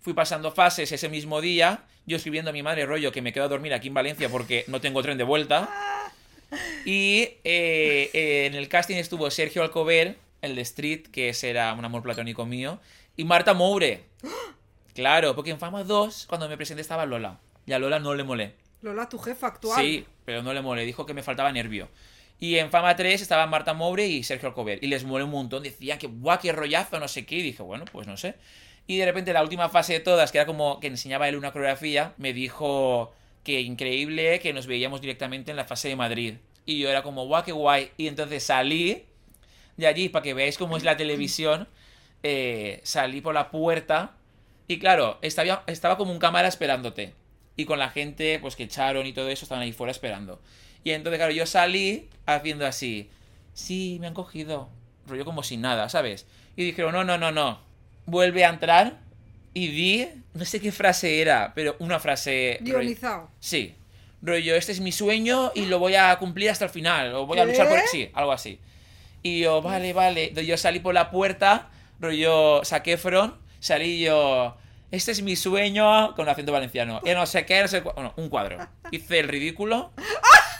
Speaker 3: Fui pasando fases ese mismo día, yo escribiendo a mi madre rollo que me quedo a dormir aquí en Valencia porque no tengo tren de vuelta. Y eh, eh, en el casting estuvo Sergio Alcover, el de Street, que ese era un amor platónico mío, y Marta Moure. Claro, porque en Fama 2, cuando me presenté, estaba Lola. Y a Lola no le molé.
Speaker 2: Lola, tu jefa actual.
Speaker 3: Sí, pero no le molé. Dijo que me faltaba nervio. Y en Fama 3 estaban Marta Moure y Sergio Alcover. Y les molé un montón. Decían que guau, qué rollazo, no sé qué. Y dije, bueno, pues no sé. Y de repente, la última fase de todas, que era como que enseñaba él una coreografía, me dijo que increíble que nos veíamos directamente en la fase de Madrid. Y yo era como, guau, qué guay. Y entonces salí de allí, para que veáis cómo es la televisión. eh, salí por la puerta y claro, estaba, estaba como un cámara esperándote. Y con la gente, pues que echaron y todo eso, estaban ahí fuera esperando. Y entonces, claro, yo salí haciendo así. Sí, me han cogido. Rollo como sin nada, ¿sabes? Y dijeron, no, no, no, no. Vuelve a entrar y di, no sé qué frase era, pero una frase... rollo-
Speaker 2: Guionizado.
Speaker 3: Sí. Rollo, este es mi sueño y lo voy a cumplir hasta el final. O voy a
Speaker 2: ¿Qué?
Speaker 3: luchar por... Sí, algo así. Y yo, vale, vale. Entonces Yo salí por la puerta, rollo, saqué front, salí yo... Este es mi sueño con acento valenciano. Y no sé qué, no sé cu- Bueno, un cuadro. Hice el ridículo.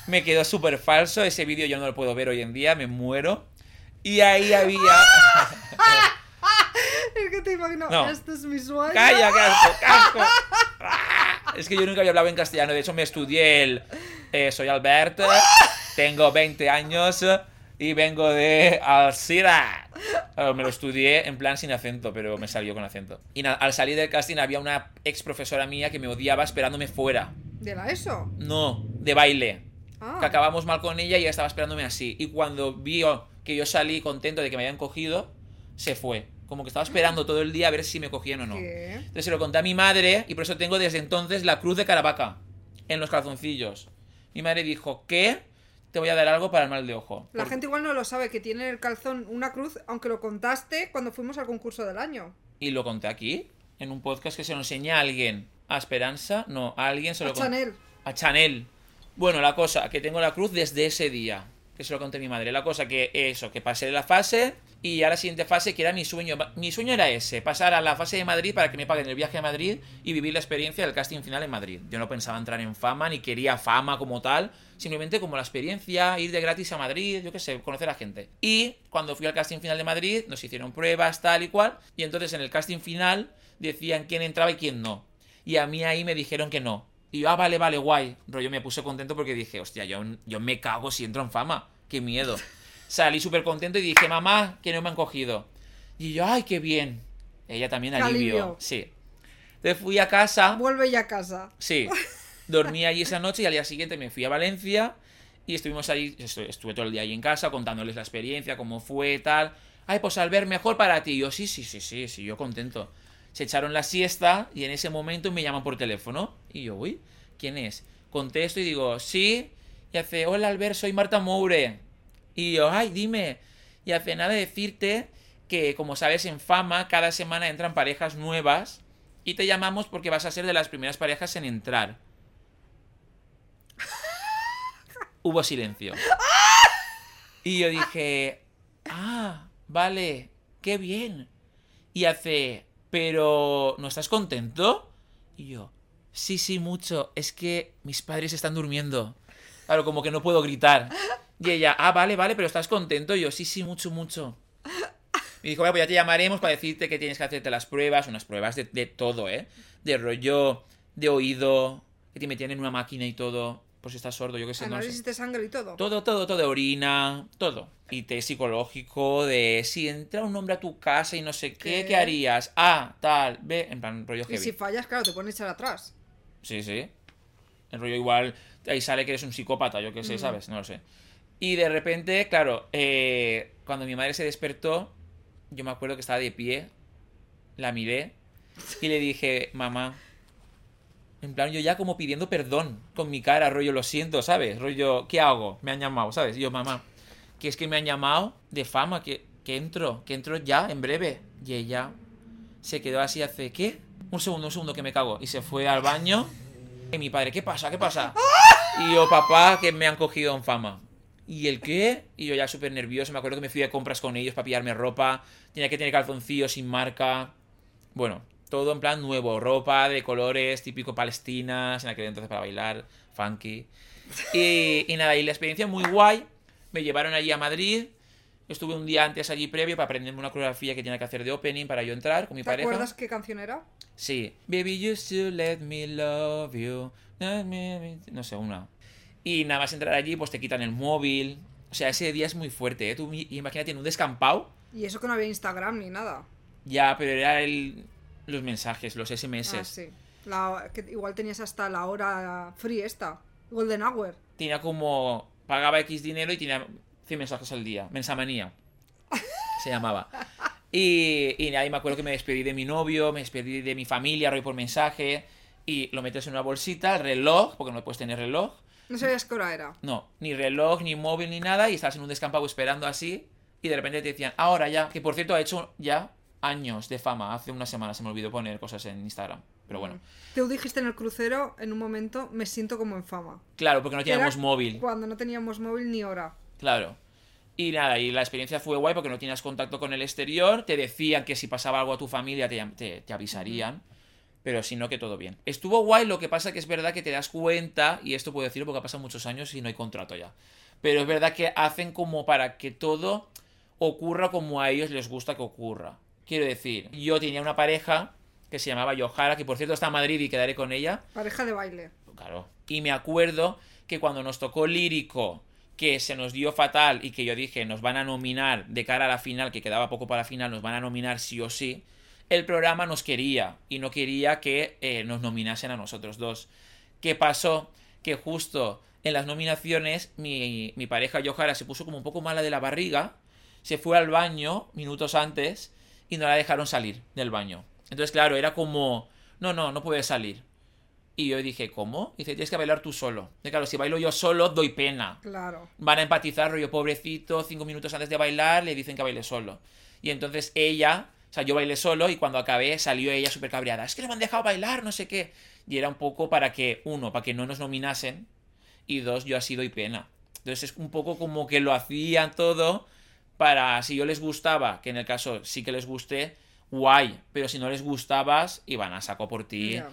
Speaker 3: Me quedó súper falso. Ese vídeo yo no lo puedo ver hoy en día, me muero. Y ahí había...
Speaker 2: Es que te imagino,
Speaker 3: No.
Speaker 2: este es mi sueño.
Speaker 3: ¡Calla, casco, casco! Es que yo nunca había hablado en castellano, de hecho me estudié el... eh, soy Albert, tengo 20 años y vengo de Alcira. Eh, Me lo estudié en plan sin acento, pero me salió con acento. Y na- al salir del casting había una ex profesora mía que me odiaba esperándome fuera.
Speaker 2: De la ESO.
Speaker 3: No, de baile.
Speaker 2: Ah.
Speaker 3: Que acabamos mal con ella y ella estaba esperándome así. Y cuando vio que yo salí contento de que me habían cogido, se fue. Como que estaba esperando todo el día a ver si me cogían o no.
Speaker 2: ¿Qué?
Speaker 3: Entonces se lo conté a mi madre y por eso tengo desde entonces la cruz de Caravaca en los calzoncillos. Mi madre dijo, ¿qué? Te voy a dar algo para el mal de ojo.
Speaker 2: La
Speaker 3: Por-
Speaker 2: gente igual no lo sabe, que tiene en el calzón una cruz, aunque lo contaste cuando fuimos al concurso del año.
Speaker 3: Y lo conté aquí, en un podcast que se lo enseña a alguien. A Esperanza, no, a alguien se lo
Speaker 2: A
Speaker 3: conté.
Speaker 2: Chanel.
Speaker 3: A Chanel. Bueno, la cosa, que tengo la cruz desde ese día, que se lo conté a mi madre. La cosa que eso, que pasé la fase y a la siguiente fase, que era mi sueño. Mi sueño era ese, pasar a la fase de Madrid para que me paguen el viaje a Madrid y vivir la experiencia del casting final en Madrid. Yo no pensaba entrar en fama, ni quería fama como tal, simplemente como la experiencia, ir de gratis a Madrid, yo qué sé, conocer a gente. Y cuando fui al casting final de Madrid, nos hicieron pruebas, tal y cual, y entonces en el casting final decían quién entraba y quién no. Y a mí ahí me dijeron que no. Y yo, ah, vale, vale, guay. Rollo me puse contento porque dije, hostia, yo, yo me cago si entro en fama. Qué miedo. Salí súper contento y dije, mamá, que no me han cogido. Y yo, ay, qué bien. Ella también
Speaker 2: Qué
Speaker 3: alivió.
Speaker 2: alivio.
Speaker 3: Sí. Entonces fui a casa.
Speaker 2: Vuelve ya a casa.
Speaker 3: Sí. Dormí allí esa noche y al día siguiente me fui a Valencia y estuvimos allí, estu- estuve todo el día allí en casa contándoles la experiencia, cómo fue, tal. Ay, pues al ver mejor para ti. Y yo, sí, sí, sí, sí, sí, yo contento. Se echaron la siesta y en ese momento me llaman por teléfono. Y yo, uy, ¿quién es? Contesto y digo, sí. Y hace, hola Albert, soy Marta Moure. Y yo, ay, dime. Y hace nada decirte que, como sabes, en fama cada semana entran parejas nuevas y te llamamos porque vas a ser de las primeras parejas en entrar. Hubo silencio. Y yo dije, ah, vale, qué bien. Y hace, pero, ¿no estás contento? Y yo, sí, sí, mucho. Es que mis padres están durmiendo. Claro, como que no puedo gritar. Y ella, ah, vale, vale, pero ¿estás contento? Y yo, sí, sí, mucho, mucho. Me dijo, bueno, pues ya te llamaremos para decirte que tienes que hacerte las pruebas, unas pruebas de, de todo, ¿eh? De rollo, de oído, que te metían en una máquina y todo, por si estás sordo, yo qué sé, no sé.
Speaker 2: Análisis de sangre y todo.
Speaker 3: Todo, todo, todo, de orina, todo. Y test psicológico de si entra un hombre a tu casa y no sé qué, ¿qué,
Speaker 2: ¿Qué?
Speaker 3: harías? A, tal, B, en plan
Speaker 2: y
Speaker 3: rollo heavy.
Speaker 2: si fallas, claro, te pones a echar atrás.
Speaker 3: Sí, sí. El rollo igual, ahí sale que eres un psicópata, yo qué sé, ¿sabes? No lo sé. Y de repente, claro, eh, cuando mi madre se despertó, yo me acuerdo que estaba de pie, la miré y le dije, mamá, en plan, yo ya como pidiendo perdón con mi cara, rollo, lo siento, ¿sabes? Rollo, ¿qué hago? Me han llamado, ¿sabes? Y yo, mamá, que es que me han llamado de fama, que, que entro, que entro ya, en breve. Y ella se quedó así hace, ¿qué? un segundo, un segundo, que me cago. Y se fue al baño. Y mi padre, ¿qué pasa? ¿Qué pasa? Y yo, papá, que me han cogido en fama. ¿Y el qué? Y yo ya súper nervioso. Me acuerdo que me fui de compras con ellos para pillarme ropa. Tenía que tener calzoncillos sin marca. Bueno, todo en plan nuevo. Ropa de colores, típico palestinas, en aquel entonces para bailar, funky. Y, y nada, y la experiencia muy guay. Me llevaron allí a Madrid. Estuve un día antes allí previo para aprenderme una coreografía que tenía que hacer de opening para yo entrar con mi
Speaker 2: ¿Te
Speaker 3: pareja.
Speaker 2: acuerdas qué canción era?
Speaker 3: Sí. Baby, you should let me love you. Let me- No sé, una. Y nada más entrar allí, pues te quitan el móvil. O sea, ese día es muy fuerte, ¿eh? Tú mi- imagínate en un descampado.
Speaker 2: Y eso que no había Instagram ni nada.
Speaker 3: Ya, pero era el... los mensajes, los SMS.
Speaker 2: Ah, sí. La- que igual tenías hasta la hora free esta. Golden Hour.
Speaker 3: Tenía como... Pagaba X dinero y tenía 100 mensajes al día. Mensamanía. Se llamaba. Y, y ahí me acuerdo que me despedí de mi novio, me despedí de mi familia, rollo por mensaje. Y lo metes en una bolsita, el reloj, porque no puedes tener reloj.
Speaker 2: No sabías qué hora era.
Speaker 3: No, ni reloj, ni móvil, ni nada, y estabas en un descampado esperando así, y de repente te decían, ahora ya, que por cierto ha hecho ya años de fama, hace una semana se me olvidó poner cosas en Instagram, pero bueno.
Speaker 2: Te Mm. dijiste en el crucero, en un momento, me siento como en fama.
Speaker 3: Claro, porque no teníamos
Speaker 2: Era
Speaker 3: móvil,
Speaker 2: Cuando no teníamos móvil ni hora.
Speaker 3: claro. Y nada, y la experiencia fue guay porque no tenías contacto con el exterior, te decían que si pasaba algo a tu familia te, llam- te- te avisarían, pero si no, que todo bien. Estuvo guay, lo que pasa que es verdad que te das cuenta, y esto puedo decirlo porque ha pasado muchos años y no hay contrato ya, pero es verdad que hacen como para que todo ocurra como a ellos les gusta que ocurra. Quiero decir, yo tenía una pareja que se llamaba Yohara, que por cierto está en Madrid y quedaré con ella,
Speaker 2: Pareja de baile.
Speaker 3: Claro. Y me acuerdo que cuando nos tocó lírico, que se nos dio fatal y que yo dije, nos van a nominar de cara a la final, que quedaba poco para la final, nos van a nominar sí o sí, el programa nos quería y no quería que eh, nos nominasen a nosotros dos. ¿Qué pasó? Que justo en las nominaciones mi, mi pareja Yohara se puso como un poco mala de la barriga, se fue al baño minutos antes y no la dejaron salir del baño. Entonces, claro, era como, no, no, no puedes salir. Y yo dije, ¿cómo? Y dice, tienes que bailar tú solo. Y claro, si bailo yo solo, doy pena.
Speaker 2: Claro.
Speaker 3: Van a empatizar, rollo, pobrecito, cinco minutos antes de bailar, le dicen que baile solo. Y entonces ella, o sea, yo bailé solo y cuando acabé salió ella súper cabreada. Es que no me han dejado bailar, no sé qué. Y era un poco para que, uno, para que no nos nominasen. Y dos, yo así doy pena. Entonces es un poco como que lo hacían todo para, si yo les gustaba, que en el caso sí que les gusté, guay. Pero si no les gustabas, iban a saco por ti
Speaker 2: Ya.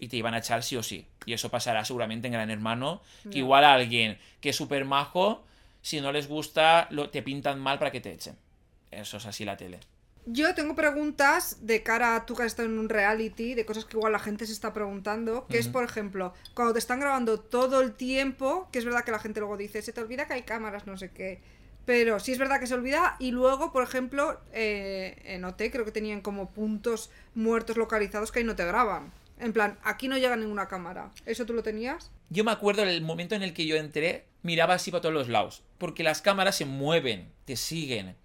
Speaker 3: y te iban a echar sí o sí. Y eso pasará seguramente en Gran Hermano. Que
Speaker 2: Ya.
Speaker 3: igual a alguien que es súper majo, si no les gusta, lo, te pintan mal para que te echen. Eso es así la tele.
Speaker 2: Yo tengo preguntas de cara a tú que has estado en un reality, de cosas que igual la gente se está preguntando, que es,
Speaker 3: Ujú.
Speaker 2: por ejemplo, cuando te están grabando todo el tiempo, que es verdad que la gente luego dice, se te olvida que hay cámaras, no sé qué, pero sí es verdad que se olvida, y luego, por ejemplo, eh, en OT creo que tenían como puntos muertos localizados que ahí no te graban. En plan, aquí no llega ninguna cámara. ¿Eso tú lo tenías?
Speaker 3: Yo me acuerdo el momento en el que yo entré, miraba así para todos los lados. Porque las cámaras se mueven, te siguen.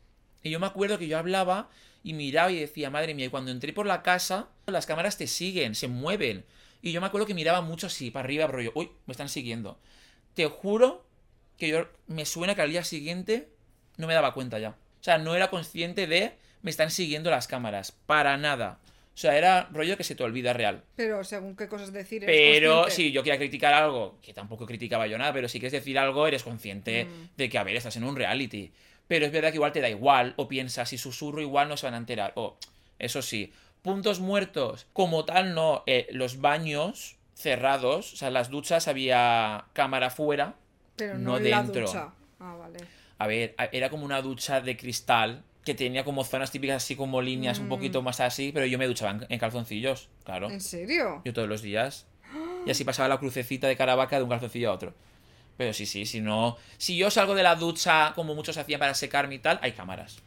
Speaker 3: Y yo me acuerdo que yo hablaba y miraba y decía, madre mía, y cuando entré por la casa, las cámaras te siguen, se mueven. Y yo me acuerdo que miraba mucho así, para arriba, rollo, uy, me están siguiendo. Te juro que yo me suena que al día siguiente no me daba cuenta ya. O sea, no era consciente de me están siguiendo las cámaras, para nada. O sea, era rollo que se te olvida real.
Speaker 2: Pero según qué cosas decir. eres
Speaker 3: Pero
Speaker 2: consciente.
Speaker 3: si yo quería criticar algo, que tampoco criticaba yo nada, pero si quieres decir algo, eres consciente
Speaker 2: Mm.
Speaker 3: de que, a ver, estás en un reality. Pero es verdad que igual te da igual, o piensas, si susurro igual no se van a enterar. O, eso sí, puntos muertos, como tal, no. eh, los baños cerrados, o sea, las duchas había cámara fuera.
Speaker 2: Pero
Speaker 3: no
Speaker 2: no, en la
Speaker 3: dentro.
Speaker 2: ducha. Ah, vale.
Speaker 3: A ver, a- era como una ducha de cristal que tenía como zonas típicas así como líneas
Speaker 2: Mm.
Speaker 3: un poquito más así, pero yo me duchaba en, en calzoncillos, claro.
Speaker 2: ¿En serio?
Speaker 3: Yo todos los días. Y así pasaba la crucecita de caravaca de un calzoncillo a otro. Pero sí, sí, si no. Si yo salgo de la ducha, como muchos hacían para secarme y tal, hay cámaras.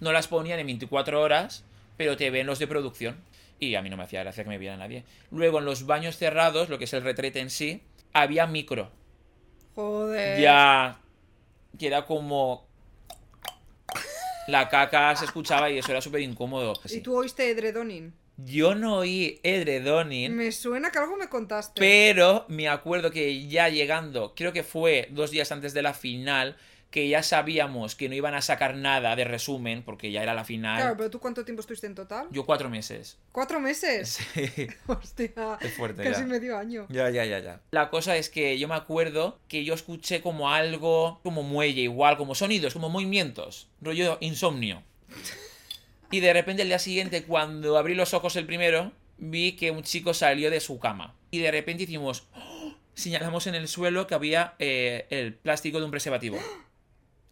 Speaker 3: No las ponían en 24 horas, pero te ven los de producción. Y a mí no me hacía gracia que me viera nadie. Luego, en los baños cerrados, lo que es el retrete en sí, había micro.
Speaker 2: Joder.
Speaker 3: Ya. Que era como. La caca se escuchaba y eso era súper incómodo.
Speaker 2: ¿Y tú oíste edredonin?
Speaker 3: Yo no oí edredoning.
Speaker 2: Me suena que algo me contaste.
Speaker 3: Pero me acuerdo que ya llegando, creo que fue dos días antes de la final, que ya sabíamos que no iban a sacar nada de resumen, porque ya era la final.
Speaker 2: Claro, pero tú cuánto tiempo estuviste en total?
Speaker 3: Yo cuatro meses.
Speaker 2: ¿Cuatro meses?
Speaker 3: Sí.
Speaker 2: Hostia.
Speaker 3: Es fuerte,
Speaker 2: Casi
Speaker 3: ya.
Speaker 2: medio año.
Speaker 3: Ya, ya, ya, ya. La cosa es que yo me acuerdo que yo escuché como algo, como muelle igual, como sonidos, como movimientos, rollo insomnio. Y de repente el día siguiente, cuando abrí los ojos el primero, vi que un chico salió de su cama. Y de repente hicimos, ¡oh! señalamos en el suelo que había eh, el plástico de un preservativo.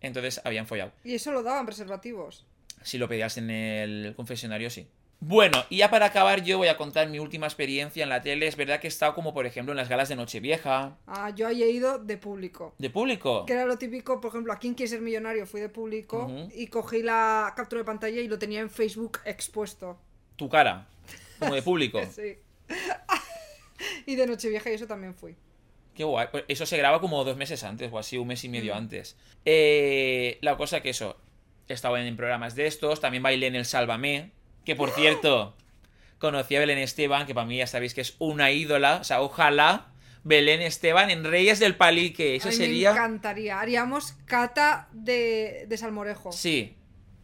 Speaker 3: Entonces habían follado.
Speaker 2: Y eso lo daban preservativos.
Speaker 3: Si lo pedías en el confesionario, sí. Bueno, y ya para acabar yo voy a contar mi última experiencia en la tele. Es verdad que he estado como, por ejemplo, en las galas de Nochevieja.
Speaker 2: Ah, yo ahí he ido de público.
Speaker 3: ¿De público?
Speaker 2: Que era lo típico, por ejemplo, a quién quiere ser millonario fui de público
Speaker 3: Ujú.
Speaker 2: y cogí la captura de pantalla y lo tenía en Facebook expuesto.
Speaker 3: Tu cara. Como de público.
Speaker 2: Sí. y de Nochevieja y eso también fui.
Speaker 3: Qué guay. Pues Eso se graba como dos meses antes o así, un mes y
Speaker 2: Mm.
Speaker 3: medio antes. Eh, la cosa que eso, estaba en programas de estos, también bailé en el Sálvame, que por cierto, conocí a Belén Esteban, que para mí ya sabéis que es una ídola, o sea, ojalá Belén Esteban en Reyes del Palique, eso
Speaker 2: Ay, Me
Speaker 3: sería...
Speaker 2: encantaría. Haríamos cata de, de salmorejo.
Speaker 3: Sí,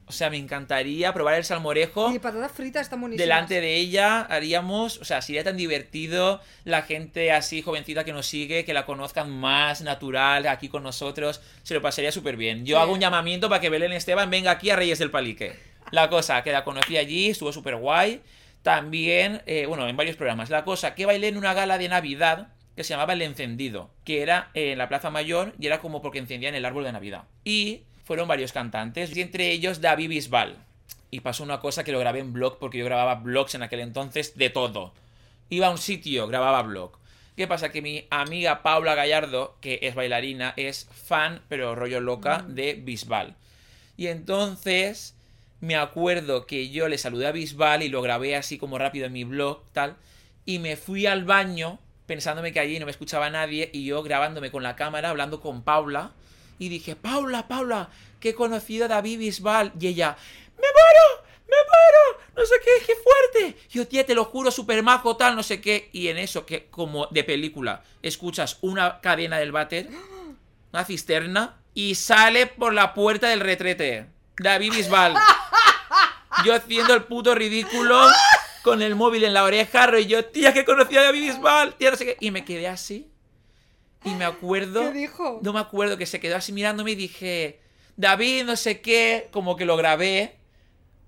Speaker 3: o sea, me encantaría probar el salmorejo.
Speaker 2: Y patatas fritas están buenísimas.
Speaker 3: Delante de ella haríamos, o sea, sería tan divertido la gente así jovencita que nos sigue, que la conozcan más natural aquí con nosotros, se lo pasaría súper bien. Yo
Speaker 2: Sí.
Speaker 3: hago un llamamiento para que Belén Esteban venga aquí a Reyes del Palique. La cosa, que la conocí allí, estuvo súper guay. También, eh, bueno, en varios programas. La cosa, que bailé en una gala de Navidad que se llamaba El Encendido, que era eh, en la Plaza Mayor y era como porque encendían el árbol de Navidad. Y fueron varios cantantes, y entre ellos David Bisbal. Y pasó una cosa que lo grabé en blog porque yo grababa blogs en aquel entonces de todo. Iba a un sitio, grababa blog. ¿Qué pasa? Que mi amiga Paula Gallardo, que es bailarina, es fan, pero rollo loca, de Bisbal. Y entonces me acuerdo que yo le saludé a Bisbal y lo grabé así como rápido en mi blog, tal. Y me fui al baño pensándome que allí no me escuchaba nadie y yo grabándome con la cámara, hablando con Paula. Y dije, Paula, Paula, que he conocido a David Bisbal. Y ella, ¡me muero! ¡me muero! No sé qué, qué fuerte. Yo, tía, te lo juro, super majo, tal, no sé qué. Y en eso, que como de película, escuchas una cadena del váter, una cisterna, y sale por la puerta del retrete. David Bisbal. Yo haciendo el puto ridículo con el móvil en la oreja, y yo, tía, que conocía a David Bisbal, tía, no sé qué. Y me quedé así. Y me acuerdo.
Speaker 2: ¿Qué dijo?
Speaker 3: No me acuerdo que se quedó así mirándome y dije, David, no sé qué, como que lo grabé.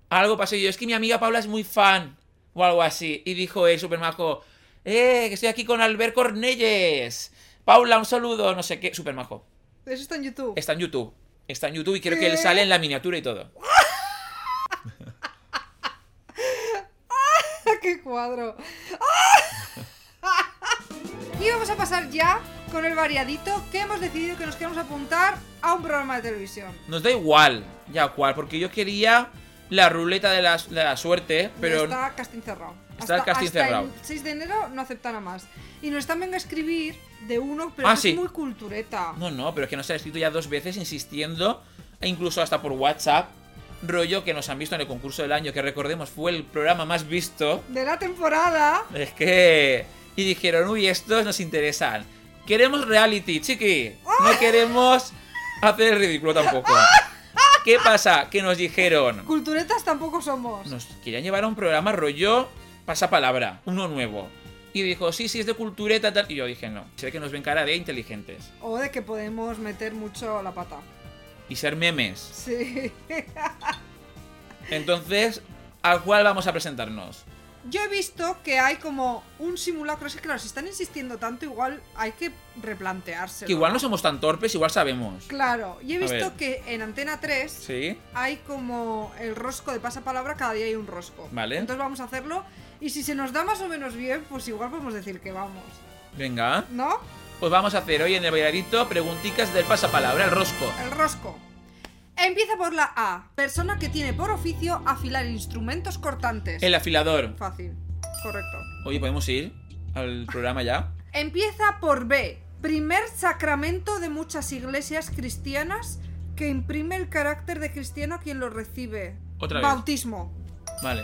Speaker 3: Algo pasó y yo, es que mi amiga Paula es muy fan, o algo así. Y dijo el supermajo, eh, que estoy aquí con Albert Cornelles. Paula, un saludo, no sé qué. Supermajo.
Speaker 2: Eso está en YouTube.
Speaker 3: Está en YouTube. Está en YouTube y creo que
Speaker 2: ¿Qué?
Speaker 3: él sale en la miniatura y todo.
Speaker 2: ¡Qué cuadro! ¡Ah! y vamos a pasar ya con el variadito que hemos decidido que nos queremos apuntar a un programa de televisión.
Speaker 3: Nos da igual, ya cual, porque yo quería la ruleta de la, de la suerte, pero...
Speaker 2: está casting cerrado.
Speaker 3: Está el casting
Speaker 2: hasta
Speaker 3: cerrado.
Speaker 2: El 6 de enero no aceptan a más. Y nos están venga a escribir de uno, pero
Speaker 3: Ah,
Speaker 2: que
Speaker 3: sí.
Speaker 2: es muy cultureta.
Speaker 3: No, no, pero es que nos ha escrito ya dos veces insistiendo, e incluso hasta por WhatsApp, rollo que nos han visto en el concurso del año, que recordemos fue el programa más visto.
Speaker 2: De la temporada.
Speaker 3: Es que... Y dijeron, uy, estos nos interesan. Queremos reality, chiqui. No queremos hacer el ridículo tampoco. ¿Qué pasa? Que nos dijeron...
Speaker 2: Culturetas tampoco somos.
Speaker 3: Nos querían llevar a un programa rollo pasapalabra, uno nuevo. Y dijo, sí, sí, es de cultureta, tal. Y yo dije, no, se ve que nos ven cara de inteligentes.
Speaker 2: O de que podemos meter mucho la pata.
Speaker 3: Y ser memes.
Speaker 2: Sí.
Speaker 3: Entonces, ¿a cuál vamos a presentarnos?
Speaker 2: Yo he visto que hay como un simulacro. Es que claro, si están insistiendo tanto, igual hay que replanteárselo.
Speaker 3: Que igual no somos tan torpes, igual sabemos.
Speaker 2: Claro, y he
Speaker 3: A
Speaker 2: visto
Speaker 3: ver.
Speaker 2: que en Antena 3
Speaker 3: ¿Sí?
Speaker 2: hay como el rosco de pasapalabra, cada día hay un rosco.
Speaker 3: Vale.
Speaker 2: Entonces vamos a hacerlo y si se nos da más o menos bien, pues igual podemos decir que vamos.
Speaker 3: Venga.
Speaker 2: ¿No?
Speaker 3: Pues vamos a hacer hoy en el bailadito preguntitas del pasapalabra, el rosco.
Speaker 2: El rosco. Empieza por la A. Persona que tiene por oficio afilar instrumentos cortantes.
Speaker 3: El afilador.
Speaker 2: Fácil. Correcto.
Speaker 3: Oye, ¿podemos ir al programa ya?
Speaker 2: Empieza por B. Primer sacramento de muchas iglesias cristianas que imprime el carácter de cristiano a quien lo recibe.
Speaker 3: Otra vez.
Speaker 2: Bautismo.
Speaker 3: Vale.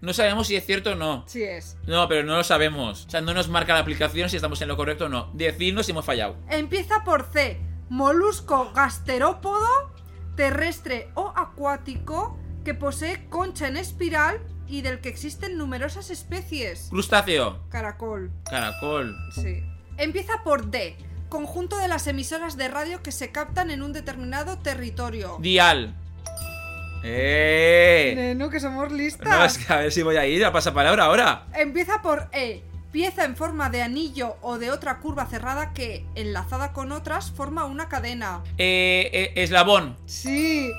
Speaker 3: No sabemos si es cierto o no.
Speaker 2: Sí es.
Speaker 3: No, pero no lo sabemos. O sea, no nos marca la aplicación si estamos en lo correcto o no. Decidnos si hemos fallado.
Speaker 2: Empieza por C. Molusco gasterópodo, terrestre o acuático, que posee concha en espiral y del que existen numerosas especies.
Speaker 3: Crustáceo.
Speaker 2: Caracol,
Speaker 3: Caracol.
Speaker 2: sí. Empieza por D. Conjunto de las emisoras de radio que se captan en un determinado territorio.
Speaker 3: Dial. ¡Eh!
Speaker 2: Neno, que somos
Speaker 3: No, es
Speaker 2: listas.
Speaker 3: que a ver si voy a ir a pasapalabra ahora.
Speaker 2: Empieza por E. Pieza en forma de anillo o de otra curva cerrada que, enlazada con otras, forma una cadena.
Speaker 3: Eh, eh, eslabón.
Speaker 2: Sí.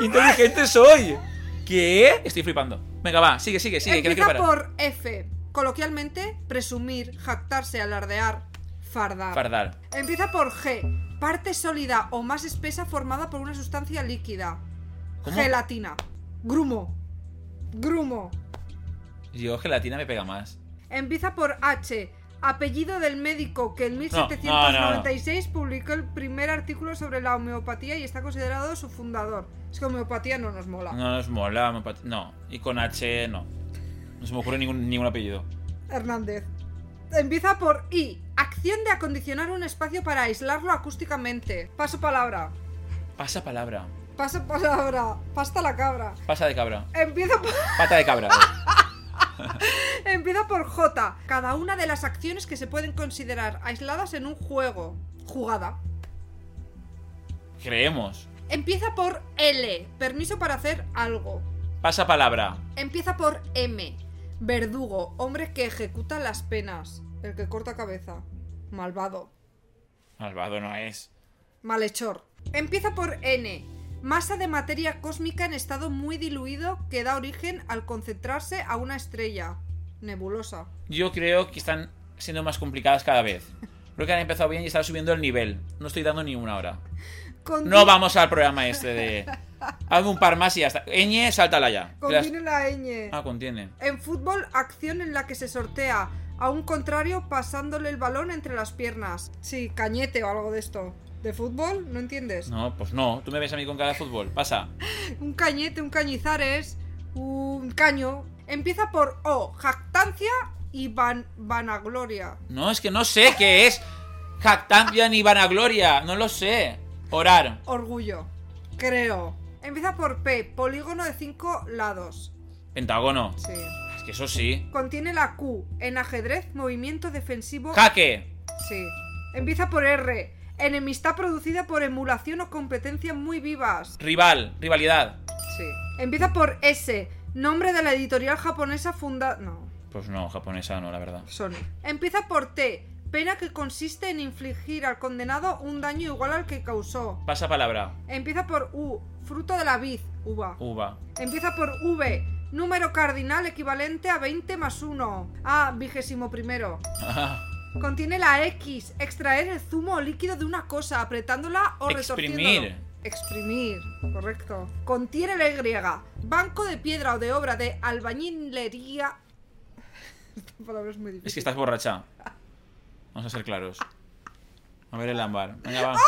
Speaker 3: ¡Inteligente soy! ¿Qué? Estoy flipando. Venga, va, sigue, sigue, sigue. que no quiero
Speaker 2: Empieza
Speaker 3: parar.
Speaker 2: por F. Coloquialmente, presumir, jactarse, alardear, fardar.
Speaker 3: Fardar.
Speaker 2: Empieza por G. Parte sólida o más espesa formada por una sustancia líquida.
Speaker 3: ¿Cómo?
Speaker 2: Gelatina. Grumo. Grumo.
Speaker 3: Yo, gelatina me pega más.
Speaker 2: Empieza por H. Apellido del médico que en
Speaker 3: no, no.
Speaker 2: 1796 publicó el primer artículo sobre la homeopatía y está considerado su fundador. Es que homeopatía no nos mola.
Speaker 3: No nos mola. me pat- No. Y con H, no. No se me ocurre ningún, ningún apellido.
Speaker 2: Hernández. Empieza por I. Acción de acondicionar un espacio para aislarlo acústicamente. Paso palabra.
Speaker 3: Pasa palabra.
Speaker 2: Paso palabra. Pasta la cabra.
Speaker 3: Pasa de cabra.
Speaker 2: Empieza por,
Speaker 3: Pata de cabra.
Speaker 2: empieza por J. Cada una de las acciones que se pueden considerar aisladas en un juego. Jugada.
Speaker 3: Creemos.
Speaker 2: Empieza por L. Permiso para hacer algo.
Speaker 3: Pasa palabra.
Speaker 2: Empieza por M. Verdugo. Hombre que ejecuta las penas. El que corta cabeza. Malvado.
Speaker 3: Malvado no es.
Speaker 2: Malhechor. Empieza por N. Masa de materia cósmica en estado muy diluido que da origen al concentrarse a una estrella. Nebulosa.
Speaker 3: Yo creo que están siendo más complicadas cada vez. Creo que han empezado bien y están subiendo el nivel. No estoy dando ni una hora.
Speaker 2: Conti-
Speaker 3: No vamos al programa este de. Hazme un par más y ya está. Ñ, sáltala ya. Que las-
Speaker 2: Contiene la ñ.
Speaker 3: Ah, contiene.
Speaker 2: En fútbol, acción en la que se sortea a un contrario pasándole el balón entre las piernas. Sí, cañete o algo de esto. ¿De fútbol? ¿No entiendes?
Speaker 3: No, pues no. Tú me ves a mí con cara de fútbol. Pasa.
Speaker 2: Un cañete, un cañizares, un caño. Empieza por O, jactancia y van- vanagloria.
Speaker 3: No, es que no sé qué es jactancia ni vanagloria. No lo sé. Orar.
Speaker 2: Orgullo, creo. Empieza por P, polígono de cinco lados.
Speaker 3: Pentagono.
Speaker 2: Sí.
Speaker 3: Es que eso sí.
Speaker 2: Contiene la Q, en ajedrez, movimiento defensivo.
Speaker 3: Jaque.
Speaker 2: Sí. Empieza por R, enemistad producida por emulación o competencia muy vivas.
Speaker 3: Rival. Rivalidad.
Speaker 2: Sí. Empieza por S, nombre de la editorial japonesa funda... No,
Speaker 3: Pues no, japonesa no, la verdad.
Speaker 2: Sony. Empieza por T, pena que consiste en infligir al condenado un daño igual al que causó.
Speaker 3: Pasa palabra.
Speaker 2: Empieza por U, fruto de la vid, uva.
Speaker 3: Uva.
Speaker 2: Empieza por V, número cardinal equivalente a 20 más 1. Ah, vigésimo primero. Contiene la X, extraer el zumo o líquido de una cosa, apretándola o
Speaker 3: Exprimir.
Speaker 2: retorciéndola. Exprimir, correcto. Contiene la Y, banco de piedra o de obra de albañilería. Esta palabra es muy difícil.
Speaker 3: Es que estás borracha. Vamos a ser claros. A ver el ámbar. Venga, va.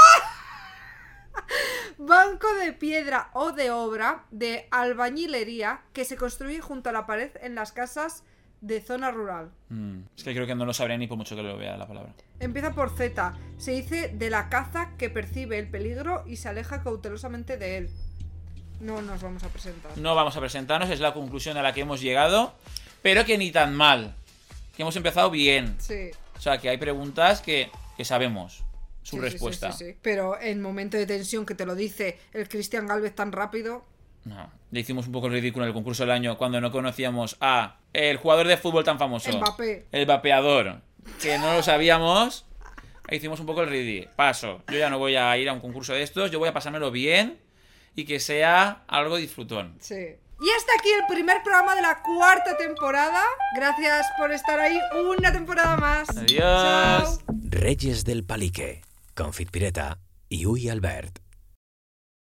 Speaker 2: Banco de piedra o de obra de albañilería que se construye junto a la pared en las casas de zona rural.
Speaker 3: Mm, Es que creo que no lo sabré ni por mucho que lo vea la palabra.
Speaker 2: Empieza por Z. Se dice de la caza que percibe el peligro y se aleja cautelosamente de él. No nos vamos a presentar.
Speaker 3: No vamos a presentarnos, es la conclusión a la que hemos llegado. Pero que ni tan mal. Que hemos empezado bien.
Speaker 2: Sí.
Speaker 3: O sea, que hay preguntas que, que sabemos su
Speaker 2: Sí, sí,
Speaker 3: respuesta.
Speaker 2: sí, sí, sí. Pero en momento de tensión que te lo dice el Cristian Galvez tan rápido.
Speaker 3: No, le hicimos un poco el ridículo en el concurso del año cuando no conocíamos a el jugador de fútbol tan famoso.
Speaker 2: Mbappé.
Speaker 3: El vapeador. Que no lo sabíamos. Ahí Hicimos un poco el ridículo. Paso. Yo ya no voy a ir a un concurso de estos. Yo voy a pasármelo bien y que sea algo disfrutón.
Speaker 2: Sí. Y hasta aquí el primer programa de la cuarta temporada. Gracias por estar ahí una temporada más.
Speaker 3: Adiós.
Speaker 2: Chao.
Speaker 1: Reyes del Palique, Confit Pireta y Uy Albert.